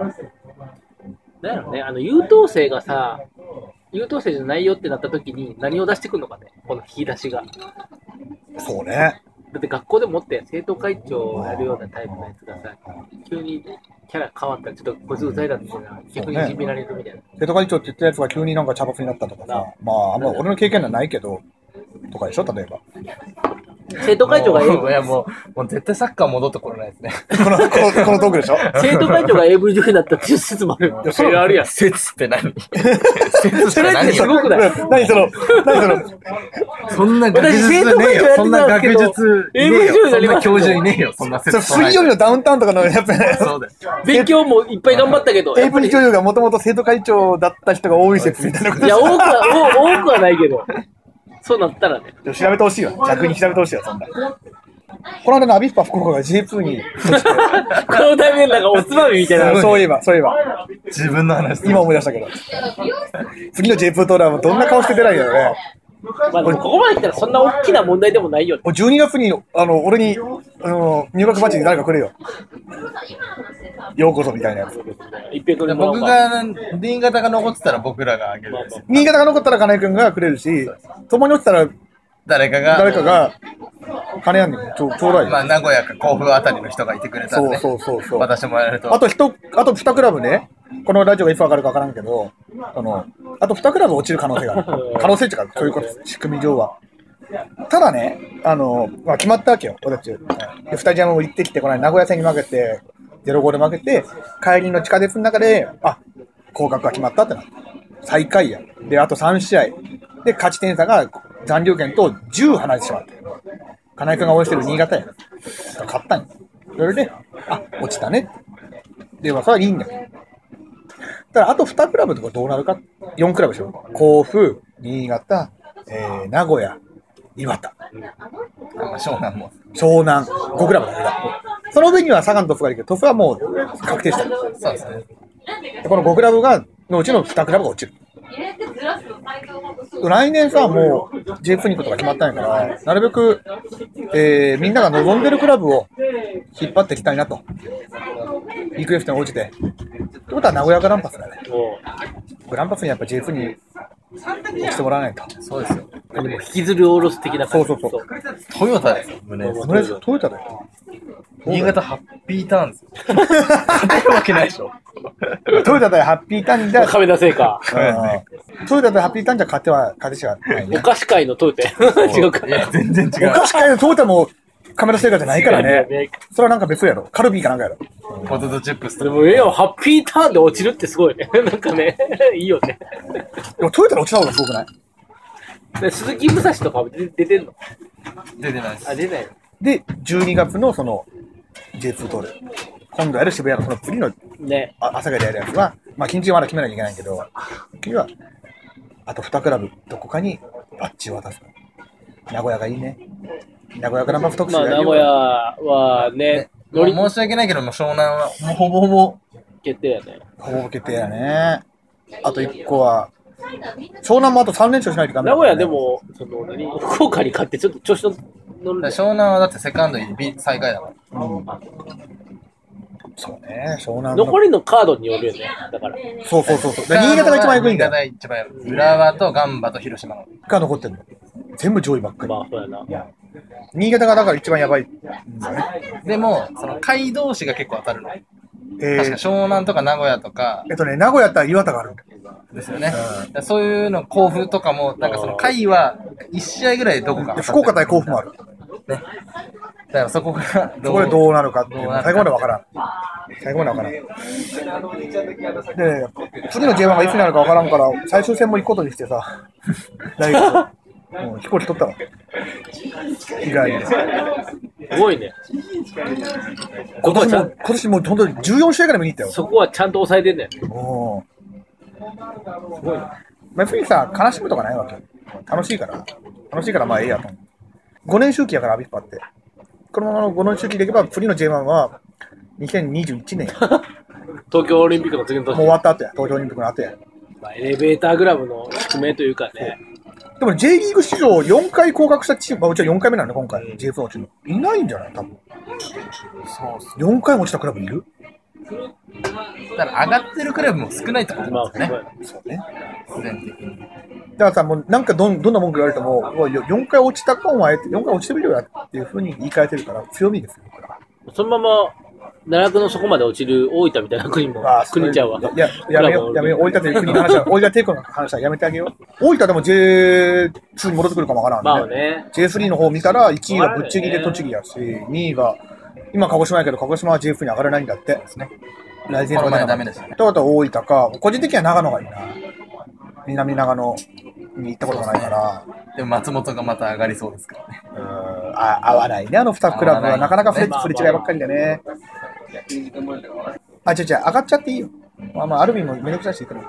S3: なんやろね、あの優等生がさ、優等生じゃないよってなった時に何を出してくるのかね、この引き出しが。だ
S1: そうね。
S3: って学校でもって生徒会長をやるようなタイプのやつがさ、急にキャラ変わったらちょっとこいつうざいだってな、逆にいじめられるみたいな。
S1: 瀬戸会長って言ったやつが急になんか茶髪になったとかさ、まあ、あんま俺の経験はないけど、とかでしょ、例えば。
S3: 生徒会長が
S2: [laughs] もうい
S3: AV
S2: やもう、もう絶対サッカー戻ってこれないですね。
S1: [laughs] この、この、このトークで [laughs] しょ。
S3: 生徒会長が AV 女優になったっていう説もある。
S1: やそう
S3: いやあるや
S2: [laughs]
S3: ん。
S2: 説って
S1: [laughs]
S2: 何説って何
S3: す
S2: よ
S3: ごくない
S1: うん何その、何その、
S2: そんな学
S3: 私
S2: 術
S3: 生徒
S2: ねえよ。
S3: 会長やってた
S2: そん
S3: ん
S2: な
S3: ですけ
S2: 学
S3: ど
S2: 術ねえ
S3: AV 女優
S2: よ。
S3: に
S2: そん
S3: なり
S2: な
S3: ますよ
S2: 教授いねえよ。そんな
S1: そ
S2: 説
S1: れ水曜日のダウンタウンとかのやつね。 [laughs]
S2: そうだよ。
S3: 勉強もいっぱい頑張ったけど、
S1: エ
S3: や
S1: イ
S3: っぱ
S1: プリ
S3: り
S1: 女優がもともと生徒会長だった人が多い説みたいなこと
S3: いや、多くは、多多くはないけど、そうなったらね。
S1: で調べてほしいよ。逆に調べてほしいよ、そんな。この間のアビスパ福岡が G2 に、
S3: [laughs] このタイミングでなんかおつまみみたいなの。
S1: そういえば、そういえば、
S2: 自分の話
S1: 今思い出したけど。次の J2 トーナーもどんな顔して出ないんだろうね。
S3: まあ、でもここまで来たらそんな大きな問題でもないよ。
S1: もう12月に、あの、俺に、あの、入学バッジに誰かくれよ。ようこそみたいなやつ。
S3: 一平君にもらお
S2: 僕
S3: うか。
S2: が、新潟が残ってたら僕らがあげるんですよ。
S1: 新潟が残ったら金井くんがくれるし、共に落ちたら
S2: 誰かが、
S1: 誰かが、金やんねんちょ、ちょうだい
S2: ま
S1: よ。
S2: あ、名古屋か甲府あたりの人がいてくれたんで、
S1: そうそうそうそう
S2: 私もやると。
S1: あと一、あと二クラブね、このラジオがいつ上がるかわからんけど、あの、あと二クラブ落ちる可能性がある。可能性っていうか、そういうことです、仕組み上は。ただね、あの、まあ、決まったわけよ、俺たち。で、スタジアムも行ってきて、この間名古屋戦に負けて、0-5で負けて、帰りの地下鉄の中で、あ、降格が決まったってなった。最下位や。で、あと3試合。で、勝ち点差が残留圏と10離れてしまった。金井君が応援してる新潟や。勝ったんや。それで、あ、落ちたねって。で、まあ、それはいいんだけど。ただ、あと2クラブとかどうなるか、4クラブでしょ。甲府、新潟、えー、名古屋、岩田、
S2: 湘南も。
S1: 湘南、5クラブだけだ。その上にはサガン鳥栖がいるけど、鳥栖はもう確定した。
S2: そうですね。
S1: でこの5クラブが、のうちの2クラブが落ちる。来年さ、もう J プニックとか決まったんやから、なるべく、えー、みんなが望んでるクラブを引っ張っていきたいなと。リクエストに応じて。ってことは名古屋グランパスだね。
S3: も
S1: グランパスにやっぱ J プに押してもらわないと。
S2: そうですよ。
S3: う、でも引きずるおろす的な感じ。
S1: そうそうそう
S2: トヨタですよ、胸
S3: そう
S1: それトヨタだよ。
S2: 新潟ハッピーターンですよ。勝てるわけないでしょ。
S1: トヨタだよ、ハッピーターンだよ。
S3: 亀田製菓。
S1: うんトヨタでハッピーターンじゃ勝ては、勝てしかない
S3: お
S1: ね。
S3: 菓子界のトヨタ。違うか。
S2: いや、全然違
S1: お
S2: う。
S1: 菓子界のトヨタもカメラ製菓じゃないからね。それはなんか別やろ。カルビーかなんかやろ。
S2: ポテトチップス
S3: で
S2: と。
S3: も、ええよ、ハッピーターンで落ちるってすごいね。なんかね、 [laughs] いいよね。
S1: でもトヨタの落ちた方がすごくない
S3: で鈴木武蔵とかも出出てんの
S2: 出てないです
S3: あ、。出ないの
S1: で、12月のその J2 トール。今度やる渋谷のその次の
S3: ね。
S1: あ朝霞でやるやつは、まあ、近日はまだ決めなきゃいけないけど、次は、あと2クラブ、どこかにバッジを渡す。名古屋がいいね。名古屋グランパス特集
S3: まあ、
S1: や
S3: 名
S1: るよ
S3: 古屋はね、乗り
S2: もう申し訳ないけど、もう湘南はもうほぼほぼ
S3: 決定やね。
S1: ほぼ決定やね。あと1個は、湘南もあと3連勝しないとダメだ
S3: 名
S1: か
S3: 古
S1: ら
S3: 屋
S1: ね、
S3: でも、その、何福岡に勝って、ちょっと調子の乗るん
S2: ら
S3: だよ
S2: 湘南はだってセカンドに B 最下位だから。
S1: そうね湘南の
S3: 残りのカードによるよね。だから。
S1: そうそうそうそうで新潟が一番エグいんだ
S2: 新潟
S1: よ
S2: が一番やばい浦和とガンバと広島の。
S1: が残ってるの全部上位ばっかり
S3: まあ、そうやな。
S1: 新潟がだから一番やばいんだね
S2: でも、その下位同士が結構当たるの。
S1: え
S2: 確
S1: ー
S2: か湘南とか名古屋とか
S1: えっとね名古屋だったら岩手があるんだよ
S2: ですよね。だからそういうの、甲府とかも、なんかその下位は1試合ぐらいでどこか
S1: で
S2: 当たる。
S1: 福岡対甲府もある
S2: だからそこが
S1: そこでどうなるかっていう
S2: どうなるか
S1: 最後までわからん最後までわからんで次の J1 がいつになるかわからんから最終戦も行くことにして
S2: [laughs]
S1: さ来月もう飛行機取ったわ意外に
S3: すごいね。こ
S1: 今
S3: こは
S1: 年
S3: ちゃ
S1: も
S3: ん、
S1: 今年もう本当に14試合ぐらい見に行ったよ
S3: そこはちゃんと抑えてんだよ。
S1: おまあ、別にさ、悲しむとかないわけ。楽しいから。楽しいからまあええやと思う。5年周期やから、アビスパって。このままの5年周期でいけば、次の J1 は2021年や。も
S3: 東京オリンピックの次の
S1: う
S3: 年
S1: 終。わった後や。東京オリンピックの後や。
S3: まあ、エレベーターグラブの宿命というかね。
S1: でも J リーグ史上4回降格したチーム、まあ、うちは4回目なんで、今回。J4 落ちるの。いないんじゃない多分。4回も落ちたクラブいる
S2: だから上がってるクラブも少ないってこと
S3: ま
S2: なん
S3: あ、
S2: ですすね
S3: ご
S1: そうね。
S2: 自
S3: い。
S2: 然的に。
S1: だからさ、もうなんかどんどんな文句言われても、もう4回落ちたかお前って、4回落ちてみるよやっていうふうに言い換えてるから、強みですよ、僕らは。
S3: そのまま、奈落の底まで落ちる大分みたいな国も
S1: ああ、
S3: 国ちゃうわ。
S1: いや、やめよう、やめよう。大分という国の話は、大分帝国の話はやめてあげよう。大分でも J2 に戻ってくるかもわからんね。
S3: まあね。
S1: J3 の方見たら、1位がぶっちぎりで栃木やし、2位が、今鹿児島やけど、鹿児島は J4 に上がれないんだって。
S2: ですね。
S1: 来
S2: こ
S1: 年の
S2: の前
S1: 前
S2: はダ
S1: だ
S2: メですよね。
S1: とあとは大分か、個人的には長野がいいな。南長野に行ったことがないから、
S2: でも松本がまた上がりそうですからね。
S1: うーん、あ合わないね、あの2クラブは。なかなかフレッ
S3: 合わ
S1: す
S3: ない
S1: れ違いばっかりでね。あ、違う違う、上がっちゃっていいよ。まあまあ、アルビンもめちゃくちゃしていくの。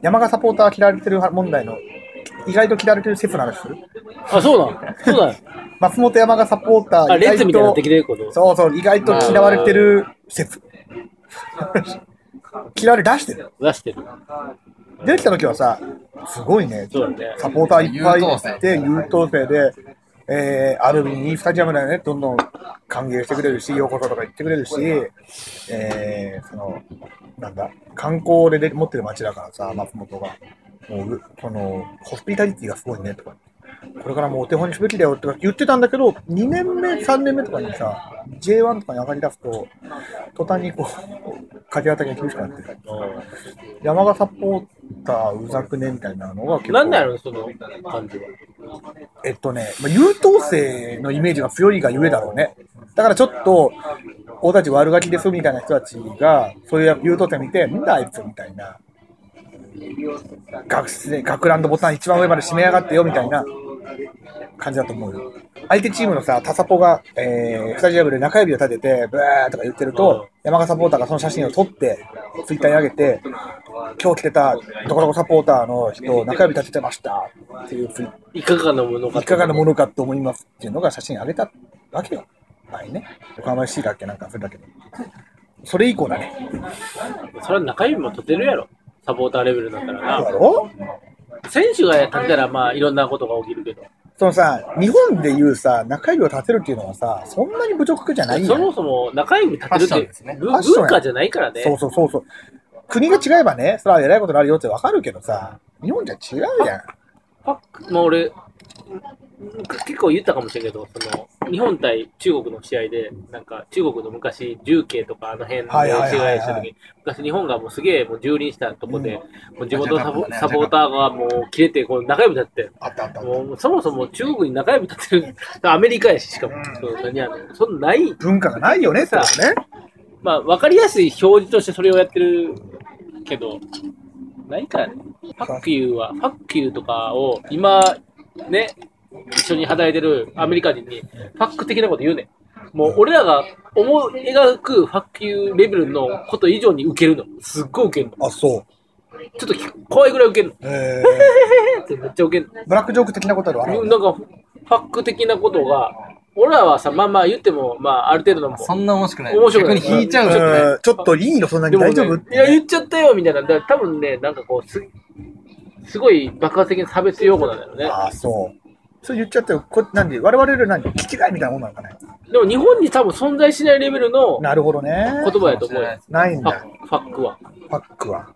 S1: 山がサポーター嫌われてる問題の、意外と嫌われてる説の話する
S3: あ、そうなんそうなん
S1: 松本山がサポーター
S3: あ、
S1: 意外と
S3: レッズみたいになってきてること。
S1: そうそう、意外と嫌われてる説。嫌われ出してる。
S3: 出してる。
S1: 出てきた時はさ、すごいね、
S3: そうだね。
S1: サポーターいっぱいいて、優等生で、えー、アルビンにスタジアムだよね、どんどん歓迎してくれるし、ようこそとか言ってくれるし、えー、その、なんだ、観光でで持ってる街だからさ、松本が。もう、うその、ホスピタリティがすごいね、とか。これからもうお手本にすべきだよとか言ってたんだけど、2年目、3年目とかにさ、J1 とかに上がり出すと、途端にこう、風当たりが厳しくなってる。山がサポーターうざくねみたいなのが結構。
S3: なんだろう、その感じは。
S1: えっとね、まあ、優等生のイメージが強いがゆえだろうね。だからちょっと、俺たち悪ガキですみたいな人たちが、そういう優等生見て、なんだあいつみたいな。学生、学ランドボタン一番上まで締め上がってよみたいな感じだと思うよ。相手チームのさ、タサポが、えー、スタジアムで中指を立てて、ブーとか言ってると、山賀サポーターがその写真を撮って、ツイッターに上げて、今日来てたどこどこサポーターの人、中指立ててましたっていうツイッター
S3: いかがなものか。
S1: いかがなものかと思いますっていうのが写真上げたわけよ。はいね。横浜 FC だっけなんかそれだけど。それ以降だね。
S3: それは中指も立てるやろ。サポーターレベルだったら
S1: そうだ
S3: な。
S1: ろ
S3: 選手が立てたら、まあ、いろんなことが起きるけど。
S1: そのさ、日本で言うさ、中指を立てるっていうのはさ、そんなに侮辱じゃない
S3: そ
S1: よ
S3: もそも中指立てる
S2: ファッション
S3: っ
S2: です
S3: て、
S2: ね
S3: ぶ
S1: ファッションや
S3: 文化じゃないからね。
S1: そうそうそうそう。国が違えばね、それは偉いことになるよってわかるけどさ、日本じゃ違うじゃん。
S3: パック、もう俺、結構言ったかもしれんけど、その、日本対中国の試合で、なんか、中国の昔、重慶とかあの辺で
S1: はい
S3: 試
S1: はいは
S3: 合
S1: いはい
S3: した時、昔日本がもうすげえもう蹂躙したとこで、もう地元のサポ
S2: あジャカルタね
S3: サポーターがもう切れて、こう中指立って、
S1: あったあった
S3: もうそもそも中国に中指立てる、アメリカやし、しかも、そう何やの、そんなない、
S1: 文化がないよね、ってことね。
S3: まあ、わかりやすい表示としてそれをやってるけど、ないからね。ファッキューは、ファッキューとかを今、ね、一緒に働いてるアメリカ人に、ファック的なこと言うねん。もう俺らが思い描くファッキューレベルのこと以上に受けるの。すっごい受けるの。
S1: あ、そう。
S3: ちょっとき怖いぐらい受ける
S1: え
S3: の。ってめっちゃ受ける
S1: ー、ブラックジョーク的なことあるわ。
S3: の。なんか、ファック的なことが、俺らはさ、まあまあ言っても、まあある程度のも
S2: そんな面白くない。
S3: 面白くない
S2: 逆に引いちゃう
S1: う
S2: よね。
S1: んちょっといいの、そんな
S3: で
S1: に
S3: もね
S1: 大丈夫
S3: いや、言っちゃったよみたいな、だから多分ね、なんかこう、すすごい爆発的な差別用語なんだよね。
S1: ああ、そう。それ言っちゃってよ、こ何我々より何聞きないみたいなもんなのかね。
S3: でも日本に多分存在しないレベルの
S1: なるほどね。
S3: 言葉やと思うよ。
S1: ないん
S3: ファ
S1: だ、
S3: ファックは。
S1: ファックは。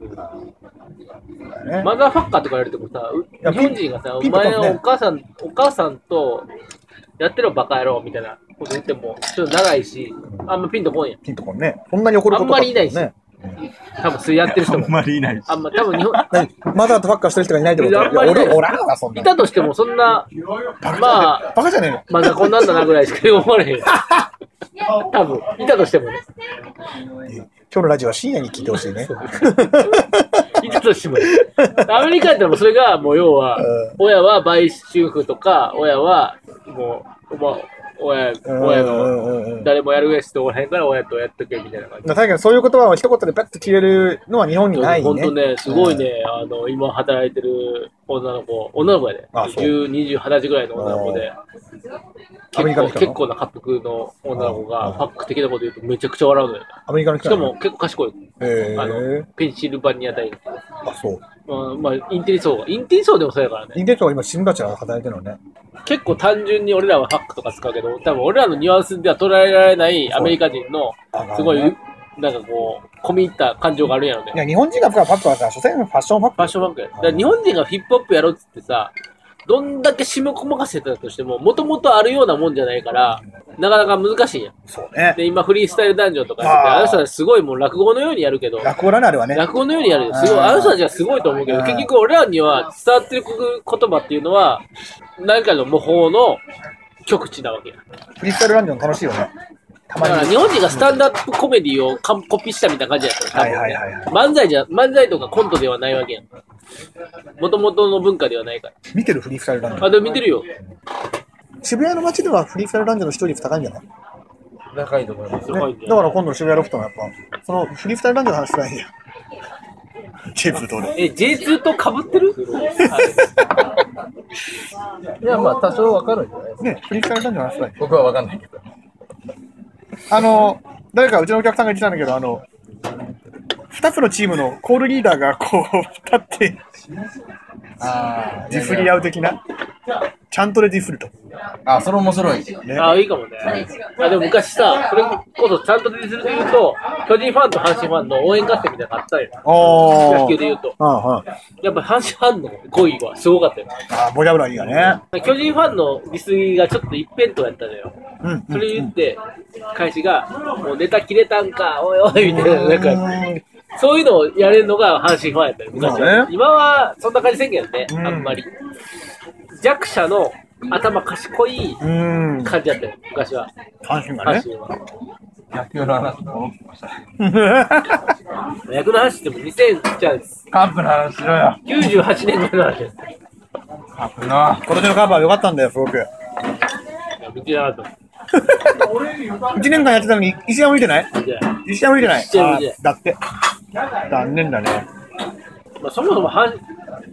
S1: だね
S3: マザーファッカーとか言われてもさ、
S1: や
S3: う日本人がさ、お
S1: ピンとこんね
S3: 前はお母さん、お母さんとやってろバカ野郎みたいなこと言っても、ちょっと長いし、あんまピンとこんやん。
S1: ピンとこんね。そんなに怒ることか
S3: あんまりいないし
S1: ね。
S3: 多分それやってる人も。
S4: ま
S1: [laughs]
S4: りいない
S3: あんま、多分日本、
S1: 何マザーとファッカーしてる人がいないってことい
S3: いやあ
S1: や
S3: んまりね。
S1: 俺、おらんわ、そんない
S3: たとしてもそんな、まあ、
S1: バカじゃねえの
S3: マザコンなんだなぐらいしか思われへん。多分、いたとしてもね。
S1: 今日のラジオは深夜に聞いてほしいね。
S3: いたとしてもね。アメリカやったらもうそれが、もう要は
S1: うん、
S3: 親は売春婦とか、親は、もう、お前、
S1: う
S3: 親、
S1: ん
S3: 親
S1: うん
S3: の、
S1: うんうん
S3: 誰もやるやつとおらへんから親とやっとけみたいな感じ。
S1: 確かにそういう言葉を一言でパッと消えるのは日本にないね。
S3: 本当ね、すごいね、あの、今働いてる女の子、女の子やで、ね、
S1: あそう
S3: 10、20、20歳ぐらいの女の子で、
S1: アメ
S3: 結
S1: リカの人な
S3: 構
S1: の
S3: 結構な恰幅の女の子が、ファック的なこと言うとめちゃくちゃ笑うのよ。
S1: アメリカの
S3: し
S1: 人
S3: か
S1: なの
S3: も、結構賢い。
S1: へ
S3: あの
S1: ー、
S3: ペンシルバニア大学。
S1: あ、そう。
S3: うんまあ、インテリ層が。インテリ層でもそうやからね。
S1: インテリとか今、新バチが働いてるのね。
S3: 結構単純に俺らはハックとか使うけど、多分俺らのニュアンスでは捉えられないアメリカ人の
S1: あまあ、ね
S3: すごい、なんかこう、込み入った感情があるんやろ
S1: い
S3: ね。
S1: や、日本人がパッとはさ、所詮ファッションファッ
S3: ファ
S1: ク。
S3: ッションバンクや。だから日本人がヒップホップやろうっつってさ、どんだけ締め細かせてたとしても、もともとあるようなもんじゃないから、なかなか難しいんや。
S1: そうね。
S3: で、今フリースタイルダンジョンとかやってて、
S1: あー
S3: あの人たちすごいもう落語のようにやるけど、
S1: 落語だね、あれはね。
S3: 落語のようにやるよ。すごい、
S1: あー
S3: あの人たちはすごいと思うけど、
S1: あー
S3: 結局俺らには伝わってる言葉っていうのは、何かの模倣の極致なわけや。
S1: フリースタイルランジョン楽しいよね。た
S3: だか
S1: ま
S3: ら
S1: に
S3: 日。本人がスタンダップコメディを完コピーしたみたいな感じやった
S1: はい
S3: よ
S1: はいはいはい
S3: 多分ね漫才じゃ、漫才とかコントではないわけやん。もともとの文化ではないから。
S1: 見てるフリースタイルランジョ
S3: あ、
S1: ン。
S3: でも見てるよ。
S1: 渋谷の街ではフリースタイルランジョンの視聴率高いんじゃない
S2: 高いと思います。
S3: 高
S1: ね
S3: いんじゃない
S1: だから今度の渋谷ロフトもやっぱ、そのフリースタイルランジョンの話しないや。チェープどうだ
S3: え、J2 と被ってる
S2: いや、まあ、多少わかるんじゃないですか。
S1: ね、フリースタイルランジョンの話しない。
S2: 僕はわかんないけど。
S1: あの、誰かうちのお客さんが言ってたんだけど、あの、二つのチームのコールリーダーがこう、立って、
S2: あ
S1: ディフり合う的な。ちゃんとでディフると。
S2: あ、それ面白い。
S1: ね。
S3: あ、いいかもね。あ、でも昔さ、それこそちゃんとディスるで言うと、巨人ファンと阪神ファンの応援合戦みたいなのがあったよ。
S1: お
S3: 野球で言うと。
S1: ああ、はい
S3: やっぱ阪神ファンの語彙はすごかったよ。
S1: ああ、ボリャブラいいよね。
S3: 巨人ファンのディスりがちょっと一辺倒やったのよ。
S1: うん。
S3: それ言って、返しが、もうネタ切れたんか、おいおい、みたいな、なんか、
S1: うん
S3: そういうのをやれるのが阪神ファンやったよ、昔
S1: まあ
S3: は。
S1: ね
S3: 今は、そんな感じせんけどね、
S1: うん
S3: あんまり。弱者の頭賢い
S1: うん。
S3: 感じやったよ、昔は。
S1: 阪神が
S3: 阪
S1: ね。 [laughs]
S3: 神は。
S2: 野球の話に戻ってきました。
S3: 役の話ってもう2000、じゃあ
S2: カップの話しろよ。
S3: 98年前の話です。
S2: カップな。
S1: 今年のカバー良かったんだよ、すごく。
S3: いや見てなかっ
S1: 1年間やってたのに、一夜も見てない
S3: た。じゃあ
S1: 一夜も見てない。
S3: 一夜も見てない
S1: あーだって。残念だね。
S3: まあ、そもそも阪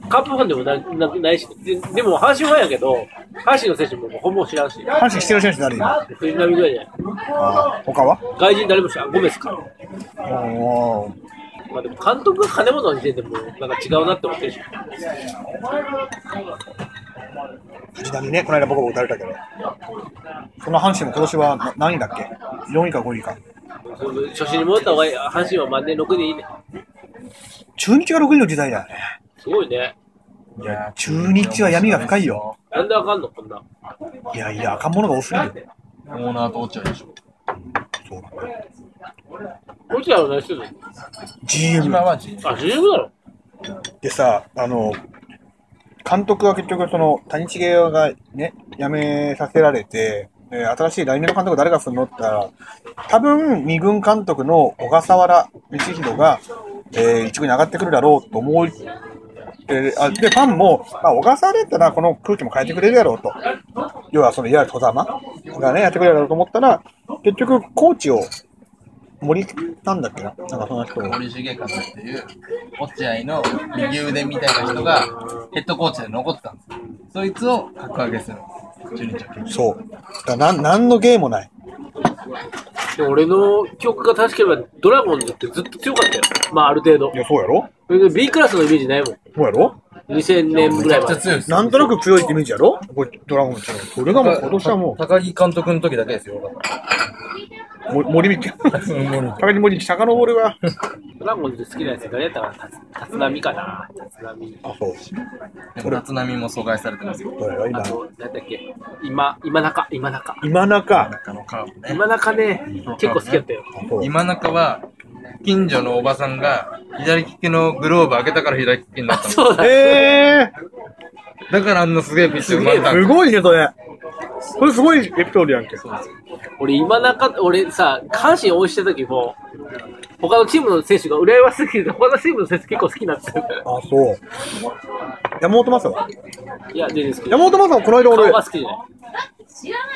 S3: カップファンでもななないし、ででも阪神ファンやけど、阪神の選手もほぼ知らんし、
S1: 阪神してる選手誰今。
S3: 藤浪ぐらいじゃない。
S1: あー他は
S3: 外人誰も知らん、ゴメスか。
S1: おー
S3: まあでも監督が金本の時点でもうなんか違うなって思ってるし、
S1: 藤浪ね、この間僕も打たれたけど。その阪神も今年はな何位だっけ ?4 位か5位か。
S3: 初心に戻った方がいい、阪神は万年6でいいね。
S1: 中日が6位の時代だよね。
S3: すごいね。
S1: いや、中日は闇が深いよ。
S3: なんであかんの、こんな。
S1: いやいや、赤ん者が多すぎるよ。
S2: オーナーと落ちちゃうでしょ。
S1: そうなんだよ。
S3: こいつらは何してるの
S1: GM
S2: 今は G。
S3: あ、主力だろ。
S1: でさ、あの、監督は結局、その、谷繁がね、辞めさせられて、えー新しい来年の監督誰がするのって言ったら、多分、二軍監督の小笠原道弘が、えー一軍に上がってくるだろうと思う。で、あでファンも、まあ、小笠原やったら、この空気も変えてくれるやろうと。要は、その、いわゆる戸様がね、やってくれるだろうと思ったら、結局、コーチを、森、なんだっけな、なんかその人を。
S2: 森重和っていう落合の右腕みたいな人がヘッドコーチで残ってたんですよそいつを格上げするんです中日は
S1: そう。だからなん、なんの芸もない。
S3: でも俺の記憶が確かにドラゴンズってずっと強かったよ。まあある程度
S1: い。や、そうやろ
S3: それで B クラスのイメージないもん。
S1: そうやろ
S3: 2000年ぐ
S2: めち
S3: ら
S2: ゃ
S3: い
S2: くち
S3: 前
S2: ゃ。強いです。
S1: なんとなく強いってイメージやろこれドラゴンちゃん。これがもう今年はも
S2: 高木監督の時だけですよ。
S1: う、も森道。高木森道、坂のボール [laughs] は。
S3: ドラゴンズ好きなやつ誰やったかな立浪かな立浪。
S1: あ、そう。
S2: でも、立浪も阻害されてますよ。
S1: これは
S3: あ
S1: 今、
S3: と、なんだっけ今、今中、今中。
S1: 今中。
S2: 中のカーブね。
S3: 今中ね、結構好きだったよ。
S1: あそう
S2: 今中は、近所のおばさんが、左利きのグローブ開けたから左利きになったの
S3: そうだ。
S1: え
S2: だからあんなすげえピッチャー生まれ
S1: ー、
S2: たん
S1: す
S2: です。
S1: ごいね、それ。これすごいエピソードやんけ。
S3: 俺、今中、俺さ、阪神応援してた時も、他のチームの選手が羨ましすぎて、他のチームの選手結構好きになってる。
S1: あ、そう。山本正は
S3: はいや、全然好き。
S1: 山本正はこの間
S3: 顔
S1: 俺、
S3: が好きじゃない。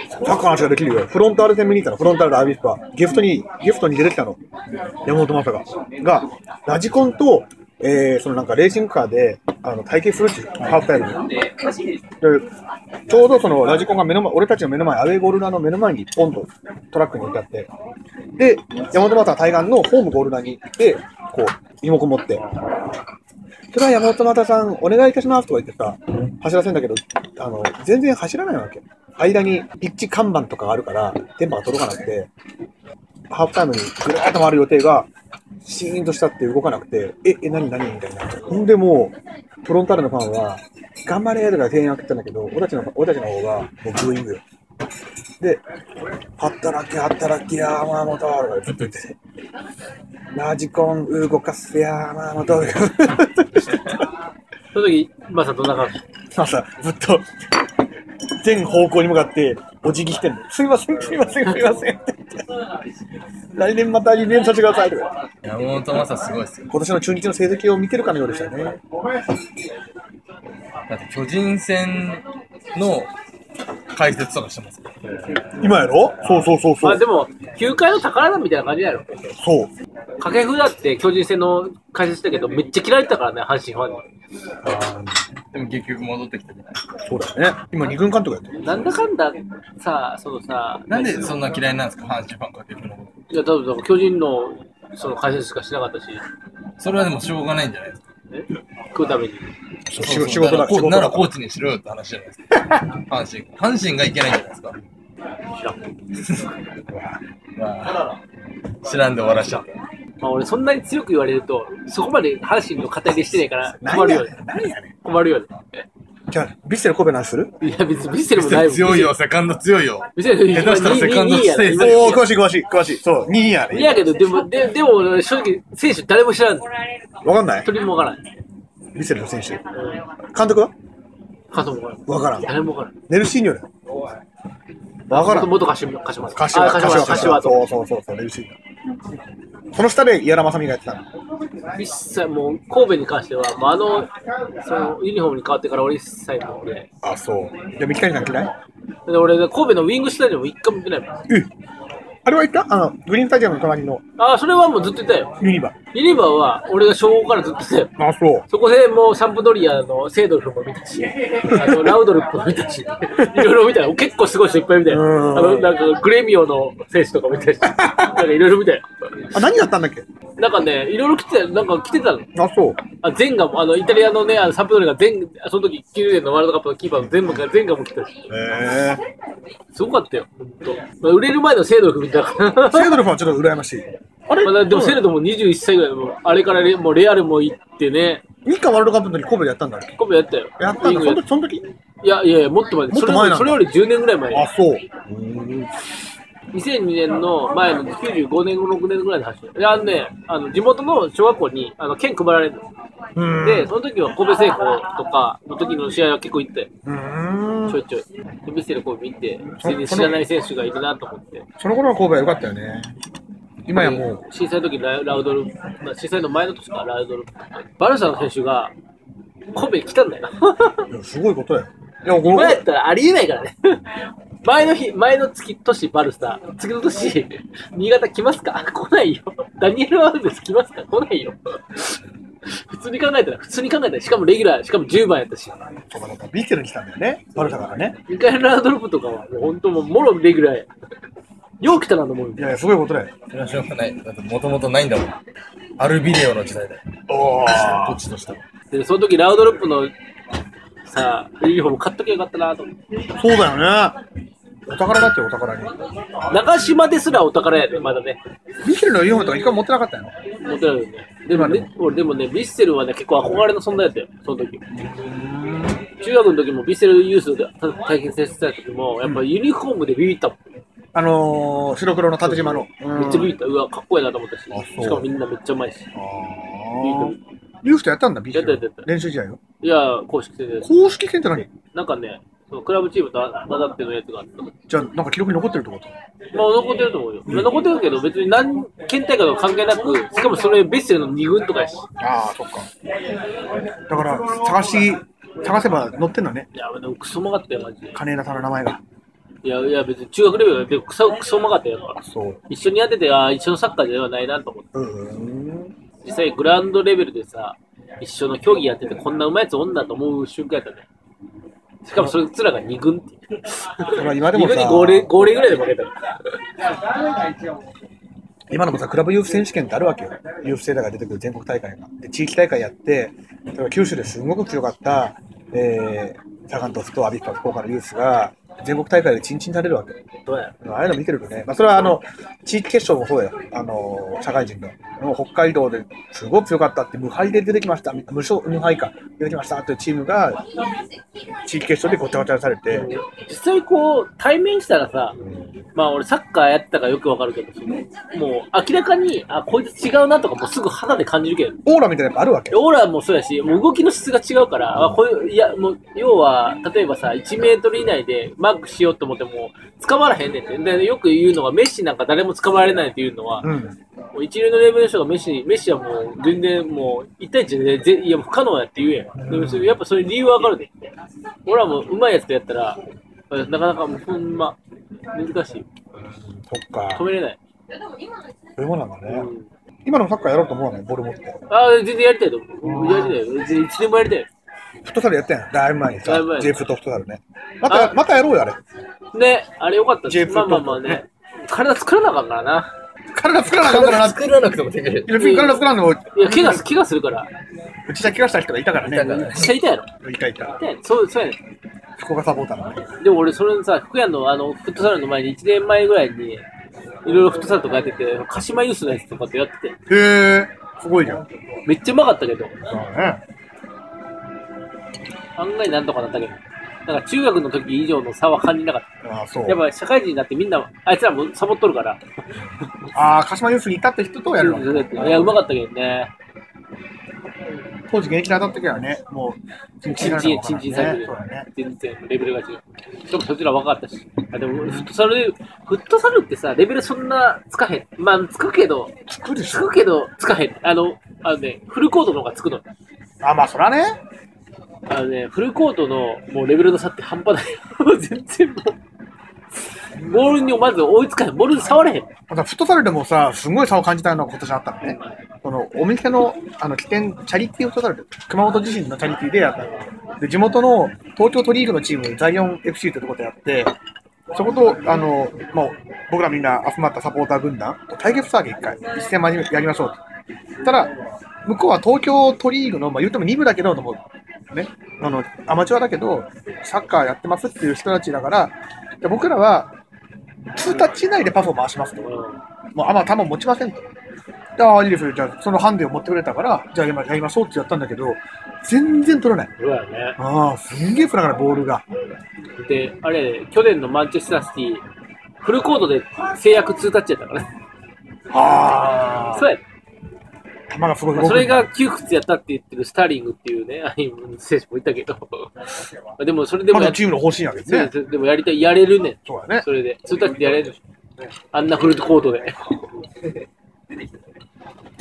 S1: サッカーの話ができるよ。フロンターレ戦見に行ったの。フロンターレとアビスパ。ゲストに、ゲストに出てきたの。山本昌が。が、ラジコンと、えー、そのなんかレーシングカーで、あの、対決するっていう、ハーフタイムで。ちょうどそのラジコンが目の前、俺たちの目の前、アウェーゴールラーの目の前に、ポンとトラックに置いてあって。で、山本昌は対岸のホームゴールラーに行って、こう、リモコン持って。それは山本昌さん、お願いいたしますとか言ってさ、走らせんだけど、あの、全然走らないわけ。間にピッチ看板とかがあるから、電波が届かなくて、ハーフタイムにぐるーっと回る予定が、シーンとしたって動かなくて、え、え、何、何みたいな。ほんでもう、フロンターレのファンは、頑張れとか声援を送ったんだけど、俺たちの、俺たちの方が、もうブーイングよ。で、働き、働き、山本とかずっと言ってて、ラジコン動かす山本とか。
S3: その時、まさどんな感じ
S1: まあさ、ずっと、全方向に向かって、お辞儀してんの。すいません、すいません、すいませんって言って。来年また2年させてくださいとか。
S2: 山本昌すごいですよ。
S1: 今年の中日の成績を見てるかのようでしたね。
S2: だって巨人戦の解説とかしてますよ。
S1: 今やろそうそうそう
S3: ま
S1: そ
S3: あ
S1: う
S3: で。も、球界の宝だみたいな感じだよ。
S1: そう。
S3: 掛布だって巨人戦の解説だけど、めっちゃ嫌いだったからね、阪神ファンに。
S1: あ
S2: でも結局戻ってきたじゃないですか。
S1: ーそうだよね。今、二軍監督やってる。
S3: なんだかんださ、そのさ、
S2: なんでそんな嫌いなんですか、阪神ファンかけるのこと。
S3: いや、多分巨人のその解説しかしなかったし、
S2: それはでもしょうがないんじゃないですか。
S3: ね、食うために。
S1: そう
S2: そうそう
S1: 仕事だ、仕
S2: こ
S1: 事
S2: なら
S1: だ。
S2: コーチにしろよって話じゃないですか。阪神。阪神がいけないんじゃないですか。
S3: 知らん
S2: まあ、知らんで終わらしちゃった。
S3: まあ俺そんなに強く言われると、そこまで阪神の語りしてないから
S1: 何
S3: 困る
S1: や
S3: よ
S1: ね
S3: ね。
S1: ん、何やね
S3: 困るよね。
S1: ん。じゃあ、ヴィッセル神戸の話する
S3: いや、別にビッセルもないもん。
S2: [laughs] 強いよ、。セカンド強いよ。
S3: ビッセル
S2: 下手したらセカンドステージ
S3: い
S1: おお詳しい、詳しい、詳しい。そう、2位や
S3: いや
S1: ね。
S3: けど、でも、ででも俺正直、選手誰も知らん。一
S1: わかんない
S3: 人もわからん。
S1: ヴィッセルの選手。監督は
S3: カトもわか
S1: わから
S3: らん。
S1: ん。
S3: 誰もわからん。
S1: ネルシーニョだよ。わからん。
S3: 元歌手、歌手も。
S1: 柏、
S3: あ
S1: 柏、
S3: 柏、
S1: 柏、
S3: 柏と。
S1: そうそうそう、そう嬉しいな。その下で、岩田正美がやってたの。
S3: 一切もう神戸に関しては、まあ、あのそのユニフォームに変わってから俺一切もうね、
S1: あ、そう。じゃあ、三木谷さん嫌い
S3: で俺ね、神戸のウィングスタジアム一回も見てないもん。あ
S1: えあれは行ったあの、グリーンスタジアムの隣の
S3: あ、それはもうずっといたよ。
S1: ユニバ。
S3: ユニバーは俺が小5からずっといたよ。
S1: あ、そう。
S3: そこでもうサンプドリアのセードルフも見たし、あのラウドルップも見たし、いろいろ見たよ。結構すごい人いっぱい見たよ。
S1: うん
S3: あのなんかグレミオの選手とか見たし、なんかいろいろ見たよ。
S1: あ、何やったんだっけ
S3: なんかね、いろいろ来てたよ、なんか来てたの。
S1: あ、そう。
S3: あゼンガも、あの、イタリアのね、あのサンプドリアがゼン、その時9年のワールドカップのキーパーの全部がゼンガも来たし。
S1: へえ。
S3: すごかったよ、本当。まあ、売れる前のセードフみたいな。ま
S1: セードルフはちょっと羨ましい。あれ
S3: だでもセードも21歳ぐらいもう、あれからレもうレアルも行ってね、
S1: 日韓ワールドカップの時神戸でやったんだっけ
S3: コペやったよ。
S1: やったん
S3: リー
S1: だ。
S3: グ
S1: その時、その時
S3: いやいやいや、もっと前で
S1: もっ
S3: そ
S1: と
S3: れ
S1: 前なんだ
S3: それより10年ぐらい前
S1: あ、そう。
S3: 2002年の前の95年、6年ぐらいの話。で、あのね、あの地元の小学校にあの剣配られるの。
S1: うん。
S3: で、
S1: う
S3: その時は神戸製鋼とかの時の試合は結構行ったよ。
S1: ー
S3: ちょ
S1: ん。
S3: いちょい。で、見せる子を見て、普通に知らない選手がいるなと思って。
S1: その頃の神戸は良かったよね。今やもう、
S3: 震災の時ララウドル、まあ震災の前の年か、ラウドル。バルサの選手が、神戸来たんだよ。
S1: いやすごいことだよ。いや、こ
S3: こ
S1: の
S3: れやったらありえないからね。 [laughs] 前の日、前の月、年バルサ、次の年、新潟来ますか来ないよ。ダニエル・アウベス来ますか来ないよ。普通に考えたら、普通に考えたら、しかもレギュラー、しかも10番やったし、
S1: そうかそうかビッセルに来たんだよね。バルサからね。
S3: ミカエル・ラウドルプとかは、もう本当もう、もろレギュラーや。よう来たなと思うよ
S1: い。やいや、すごいことだよ。
S2: それはしょうがない。だってもともとないんだもん。アルビデオの時代だよ。
S1: お
S2: こっちとしては。
S3: で、その時ラウドルップのさ、ユニフォーム買っときゃよかったなと思って。
S1: そうだよね。お宝だってお宝に。
S3: 中島ですらお宝やで、まだね。
S1: ビヒルのユニフォームとか一回持ってなかったよ。
S3: 持ってないよね。でもね、俺でもね、ヴィッセルはね、結構憧れの存在だったよ、その時。中学の時もヴィッセルユースで対戦させてた時も、やっぱユニフォームでビビったもん。
S1: あのー、白黒の縦縞の。
S3: めっちゃビビ
S1: ッ
S3: った。うわ、かっこいいなと思ったし
S1: あそ。う
S3: しかもみんなめっちゃうまいし。
S1: あーユースとやったんだ、ビヒル。
S3: やったやったやった
S1: 練習試合よ。
S3: いや、公式戦で。
S1: 公式戦って何
S3: なんかね、そのクラブチームとあだってのやつがあった。
S1: じゃあ、なんか記録に残ってるってこと
S3: まあ、残ってると思うよ。残ってるけど、別に何県大会とか関係なく、しかもそれ、ベッセルの2軍とかやし。
S1: ああ、そっか。だから、探し、探せば載ってんだね。
S3: いや、でもクソうまかったよ、マジで。
S1: 金枝さんの名前が。
S3: いや、いや、別に中学レベルでクソ、クソうまかったよ、だから。
S1: そう。
S3: 一緒にやってて、ああ、一緒のサッカーではないなと思って。
S1: うん。
S3: 実際、グラウンドレベルでさ、一緒の競技やってて、こんなうまいやつおんなと思う瞬間やったね。しかも、そいつらが2軍っていう。
S1: それは今で
S3: 2
S1: も
S3: 軍に
S1: さ、
S3: 5例、5例ぐらいで負けたから。
S1: 今でもさ、クラブユース選手権ってあるわけよ。ユース世代が出てくる全国大会が。で、地域大会やって、例えば九州ですごく強かった、えー、サガン鳥栖とアビスパ福岡のユースが、全国大会でチンチンされるわけ。
S3: どうや
S1: ああいうの見てるとね、まあ、それはあの地域決勝もそうだよ、あの社会人が、もう北海道ですごく強かったって、無敗で出てきました、無勝無敗か、出てきましたっていうチームが、地域決勝でごちゃごちゃにされて、
S3: 実際こう、対面したらさ、まあ俺サッカーやってたからよくわかるけど、そのもう明らかに、あ、こいつ違うなとかもうすぐ肌で感じるけど、
S1: オーラみたいなのがあるわけよ。
S3: オーラもそうやし、もう動きの質が違うから、あこういう、いや、もう、要は、例えばさ、1メートル以内でマークしようと思っても、捕まらへんねんって。で、よく言うのが、メッシなんか誰も捕まれないっていうのは、
S1: うん、
S3: もう一流のレベルの人がメッシ、メッシはもう、全然もう、1対1でぜ、いや、不可能やって言うやん。でもそれ、やっぱそれ理由わかるで。俺はもう、うまいやつとやったら、なかなかもう、ほんま、難しい。
S1: そっか、
S3: 止
S1: そ
S3: めれない。
S1: ういうものなんだ
S3: う
S1: ね。
S3: ん
S1: 今のサッカーやろうと思わない、ボール持って。
S3: ああ、全然やりたいと思う。やりたいよ。全然いつでもやりたいよ。
S1: フットサルやったやん、だいぶ前にさ
S3: だいぶ前、に
S1: J フットフットサルね。また、またやろうよ、あれ。
S3: ね、あれよかったね
S1: J-POP
S3: まあまあまあね。体作らなあかんからな。
S1: 体作らなあかんからなって。
S4: 作らなくてもできる。
S1: 別に体作らんでも、
S3: いや、怪我す、怪我するから。
S1: うちじゃ怪我した人がいたからね。
S4: いたからね
S3: 下痛いやろ。
S1: いたいた。
S3: 痛いやろそう、そうやね
S1: 福岡サポーターなのね。
S3: ん。でも俺、それさ、福屋のあの、フットサルの前に1年前ぐらいに、いろいろフットサルとかやってて、鹿島ユースのやつとかってやってて、
S1: へえ、すごいじゃん。
S3: めっちゃうまかったけど、
S1: そうね。
S3: 案外なんとかなったけど。なんか中学の時以上の差は感じなかっ
S1: ああ、そう
S3: た。や。っぱ社会人になってみんな、あいつらもサボっとるから。
S1: ああ、鹿島ユースにいたって人とやるの。
S3: いや、うまかったけどね。
S1: 当時現役で当たった時はね、もう、チン
S3: チンチン、チンチン
S1: さ
S3: 詐
S1: れ
S3: 欺
S1: そうだね。
S3: 全然レベルが違う。しかもそちら若かったし。あでも、フットサルで、フットサルってさ、レベルそんなつかへん。まあ、つくけど、
S1: つくでし
S3: つ
S1: ょ
S3: く。けど、つかへん。あの、あのね、フルコートの方がつくの。
S1: あ、まあ、そらね。
S3: あのね、フルコートのもうレベルの差って半端ない。 [laughs] 全然もう、ボールにまず追いつかへん。ボールに触れへん。
S1: また、フットサルでもさ、すごい差を感じたのが今年あったのね。この、お店の、あの、起点、チャリティーを取られて、熊本地震のチャリティーでやったの。で、地元の東京都リーグのチーム、ザイオン FC ってとこでやって、そこと、あの、もう、僕らみんな集まったサポーター軍団と対決したわけ、一回。一戦まじやりましょうと。ただ、向こうは東京都リーグの、まあ、言うても2部だけど、もうね、あの、アマチュアだけど、サッカーやってますっていう人たちだから、で僕らは、2タッチ以内でパスを回しますと。
S3: う
S1: もうあまあ球持ちませんと。で、ああ、いいですよ。じゃあ、そのハンデを持ってくれたから、じゃあやりまやりましょうってやったんだけど、全然取れない。
S3: ん。そうやね。
S1: ああ、すんげえ振らからボールが。
S3: で、あれ、去年のマンチェスターシティ、フルコートで制約2タッチやったからね。 [laughs]
S1: あ
S3: そうやね。
S1: あ、球がすごい動
S3: ま
S1: く。
S3: あそれが窮屈やったって言ってるスターリングっていうね、アイム選手もいたけど、 [laughs] まあでもそれで
S1: ま
S3: もや
S1: だチームの方針やけどね。
S3: そうでもやりたい、やれるねん。
S1: そうだね。
S3: それで、ツータッチでやれる。あんなフルコートで。
S1: [laughs]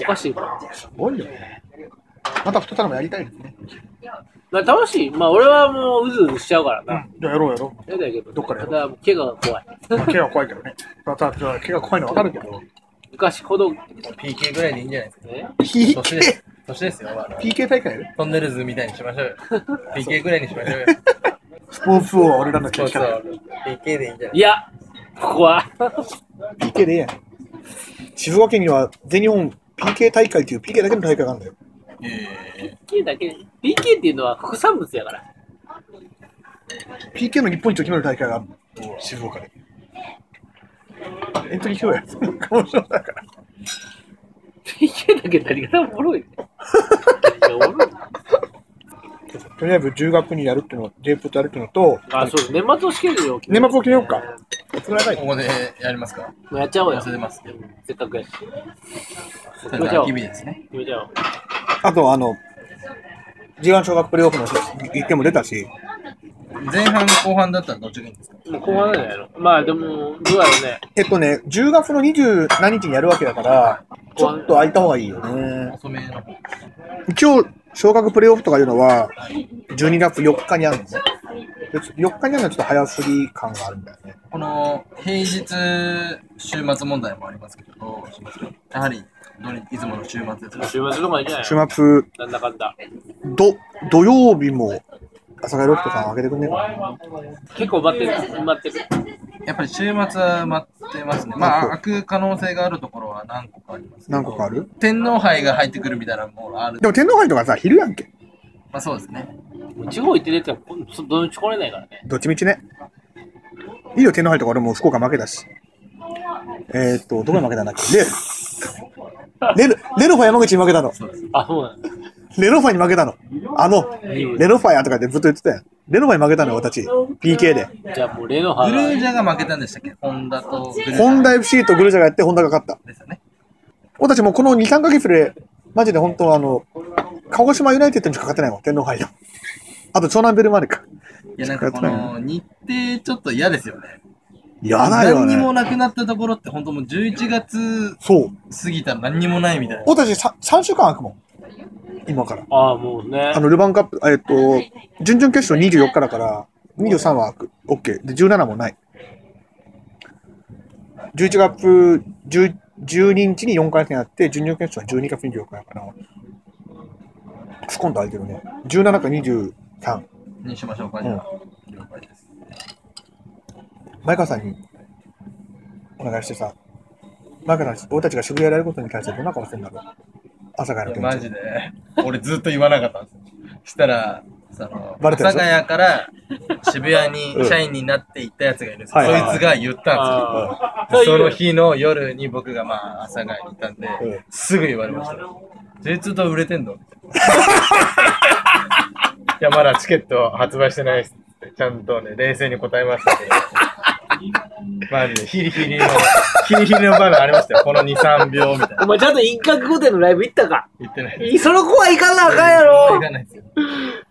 S3: おかしいな。
S1: すごいよね。また太さもやりたいですね。
S3: まあ楽しい。まあ俺はもううずうずしちゃうからな。
S1: じゃあやろうやろ
S3: やだけど、
S1: どっからや
S3: ただもう怪我が怖い。
S1: う。まあ、怪我怖いけどね。また、じゃあ怪我怖いのわかるけど。
S3: 昔ほど、ね、
S4: PK ぐらいでいいんじゃないですか。年で
S1: PK!
S4: す。年ですよ。まあ
S1: PK 大会
S4: トンネルズみたいにしましょうよ。PK ぐらいにしましょうよ。
S1: スポーツ王は俺らの
S4: そ
S1: 経
S4: う
S1: 験
S4: そ
S1: だ。
S4: う。PK でいいんじゃない
S3: いや、ここは。
S1: PK でええやん。静岡県には全日本 PK 大会という PK だけの大会があるんだよ。
S5: え
S3: PK だけ、PK っていうのは副産物やから。
S1: PK の日本一を決める大会がある静岡で。エントリー表や。 [laughs] 面白いだから。
S3: PK だけ何がおもろいね。何がおも
S1: [laughs]
S3: ろいね
S1: とりあえず10月にやるっていうの、J プとやるっていうのと、
S3: あ、そう、年末を試験るよ。
S1: 年末を決めようか。それはない
S2: ここでやりますか
S3: もうやっちゃおうよ。
S2: 忘れます
S3: うんせっかくやし。
S2: それ
S3: 決め
S2: で
S3: ちゃお
S2: は
S3: う。
S2: 日々
S3: 決
S2: ですね。
S3: めちゃおう。
S1: あと、あの、G1 小学プレーオフの一件も出たし、
S2: 前半、後半だったらどっちがいいんですか
S3: もう後半なんやろ。まあでも、どうやろうね。
S1: えっとね、10月の27日にやるわけだから、ちょっと空いた方がいいよね。
S2: 遅めの方。
S1: 一応、昇格プレーオフとかいうのは、12月4日にあるのね。で4日にあるのはちょっと早すぎ感があるんだよね。
S2: この平日、週末問題もありますけど、やはりどれいつもの週末です
S3: も
S2: か
S3: う週末とかいいんじゃない
S1: 週末、
S3: なんだかんだ。
S1: ど、土曜日も、朝佐ヶ谷ロフトさん上げてくんねえか
S3: 結構待ってる。待ってる。
S2: やっぱり週末は待ってますね。まあ、開く可能性があるところは何個かあります。
S1: な何個かある
S2: 天皇杯が入ってくるみたいなのもある。
S1: でも天皇杯とかさ、昼やんけ。
S2: まあそうですね。
S3: もう地方行って出ても、そどっち来れないからね。
S1: どっちみちね。いいよ、天皇杯とか俺もう福岡負けだし。えーっと、どこに負けたんだっけレレル、レルファ山口に負けたの。
S3: あ、そうなんだ。
S1: レロファに負けたの。あの、レロファやとかってずっと言ってたよ。レロファに負けたのよ、私。PK で。
S3: じゃあもうレノ
S2: グ
S3: ハ
S2: ルー
S3: が
S2: ジャが負けたんでしたっけホンダとグルージ
S1: ホン
S2: ャ
S1: ダ FC とグルジャがやって、ホンダが勝った。
S2: ですよね。
S1: 私もうこの2、3ヶ月で、マジで本当あの、鹿児島ユナイテッドにしか勝てないもん、天皇杯の。あと、長男ベルマーレか。
S2: いや、なんかこの日程ちょっと嫌ですよね。
S1: やだよ
S2: 何にも
S1: ね。
S2: なくなったところって、本当もう11月
S1: そう。
S2: 過ぎたら何にもないみたいな。
S1: 私さ3週間空くもん。今から。
S3: ああ、もうね
S1: あ。の、ルヴァンカップ、えっと、準々決勝24日だから、23は開く。OK。で、17もない。11月10 12日に4回戦やって、準々決勝は12月24日やから、スコンと空いてるね。17か23。
S2: にしましょうか、じゃあ。了解です。
S1: 前川さんにお願いしてさ、前川さん、俺たちが渋谷でやることに対してどんな顔してんだろう。朝から
S2: い
S1: の
S2: や、
S1: 気持
S2: マジ
S1: ち。
S2: で。俺ずっと言わなかったんですよ。したら、その、
S1: バレた
S2: 阿
S1: で
S2: 佐
S1: しょ
S2: ヶ谷から渋谷
S1: うん
S2: に社員になって行ったやつがいるんですよ。
S1: はいはいはい
S2: そいつが言ったんですよ。
S3: ああ。
S2: その
S3: 日。
S2: 日の夜に僕がまあ、阿佐ヶ谷にいたんで、
S1: うん
S2: すぐ言われました。J2 と売れてんのいや、まだチケット発売してないですって。ちゃんとね、冷静に答えましたけど。まあね、ヒリヒリの、ヒリヒリの場面ありましたよ。この2、3秒みたい
S3: お
S2: な。
S3: 前ちゃんと一角御殿のライブ行ったか。
S2: 言ってない。
S3: いその子は行かなあかんや
S2: 行
S3: ろ
S2: かないですよ。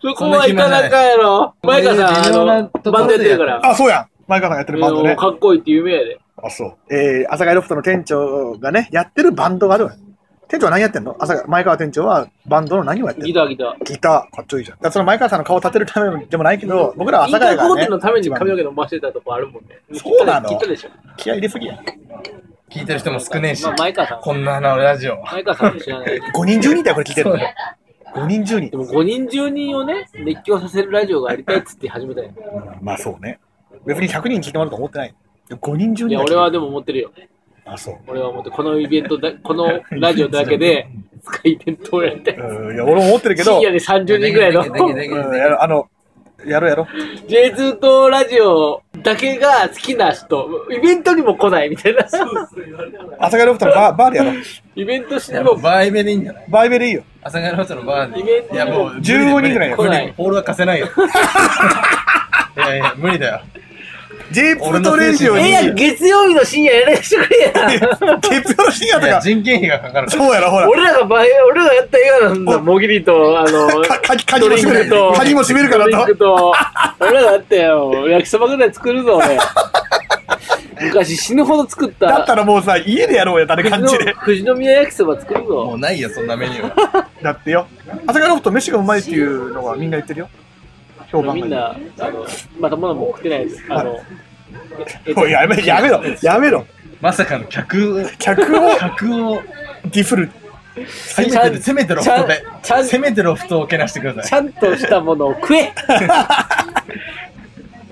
S3: そこは行かなあかんやろ前川さ
S2: そういう
S3: ん、
S2: 微妙
S3: あ
S2: な
S3: の
S2: と、ころで
S3: バンドやってるから。
S1: あ、そうや前川さんがやってるバンド
S3: あの
S1: ね。
S3: かっこいいって夢やで。
S1: あ、そう。えー、朝霞ロフトの店長がね、やってるバンドがあるわよ店長は何やってんの朝霞前川店長はバンドの何をやってる
S3: ギ
S1: の
S3: ターギター。
S1: ギター、かっちょいいじゃん。だからその前川さんの顔を立てるためでもないけど、僕らは
S3: インタ
S1: 朝霞
S3: ー
S1: が
S3: コー
S1: ね
S3: テ、のために髪の毛伸ばしてたとこあるもんね。
S1: そうなの
S3: 聞いたでしょ。
S1: 気合い入れすぎや。
S2: 聞いてる人も少ねえし
S3: まあ、、前川さん。
S2: こんなのラジオ。
S3: 前川さんって知
S1: [laughs]
S3: らない。
S1: 5人10人だよ、これ聞いてるの。5人10
S3: で
S1: 人。
S3: も5人10人をね、熱狂させるラジオがやりたいっつって始めたんや
S1: うんまあそうね。別に100人聞いてもらうと思ってない。でも5人10人
S3: いや、
S1: だけ
S3: 俺はでも思ってるよ。
S1: あ、そう。
S3: 俺は思って、このイベントだ、このラジオだけで、使い弁当やりたい。
S1: うん、いや、俺も思ってるけど、
S3: 深夜に30人ぐらいの
S2: できるできるできるできる
S1: うん、やろあの、やろうやろう。
S3: J2 とラジオだけが好きな人、イベントにも来ないみたいな。
S1: 朝霞ロフトのバーバーでやろう。
S3: イベントして
S2: で
S3: も
S2: も、バイベでいいんじゃない
S1: バイベでいいよ。
S2: 阿佐ヶ谷ロフトのバー
S3: イベン
S2: で。
S3: ト
S2: いや、もう、無理だ
S1: 15人ぐらい
S2: 無理だ
S3: 来ない
S2: ボールは貸
S1: [laughs]
S2: せないよ。いやいや、無理だよ。
S1: J プロトレジオ
S3: え
S1: に
S3: え、やん、月曜日の深夜やらしてくれや。
S1: 月曜深夜
S2: い
S1: と
S2: や、
S1: か、
S2: 人件費がかかる。
S1: そうやろ、ほら。
S3: 俺らがば、俺らがやった映画なんだ、もぎりと、あの、
S1: か鍵鍵も閉める
S3: ドリンクと
S1: 鍵も閉めるから
S3: ドリン
S1: と
S3: クと、俺らがやったよ。焼きそばぐらい作るぞ、俺。昔死ぬほど作った。
S1: だったらもうさ家でやろうよ誰感
S3: 富
S1: じ
S3: 士
S1: で
S3: の富士宮焼きそば作る
S2: も
S3: ぞ
S2: う。ないよ、そんなメニューは。
S1: だってよ朝からロフト飯がうまいっていうのがみんな言ってるよ評判
S3: み
S1: が
S3: ん
S1: いい
S3: な、あの、まだまだもう食ってないです。あの、え
S1: おいやめやめろやめろ
S2: まさかの客、
S1: 客を
S2: 客を、
S1: ディフル
S2: せめてる、せめてロフトで
S3: ちゃんちゃん。
S2: せめてロフトをけなしてくだ
S3: ち
S2: さい。
S3: ゃんとしたものを食え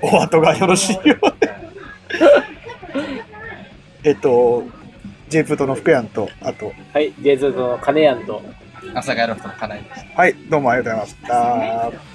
S1: お後がよろしいよ [laughs] うでえっと J プートの福山とあと
S3: はい、ジェズのカネヤンと、
S2: 阿佐ヶ谷ロフトの金井です。
S1: はい、どうもありがとうございました。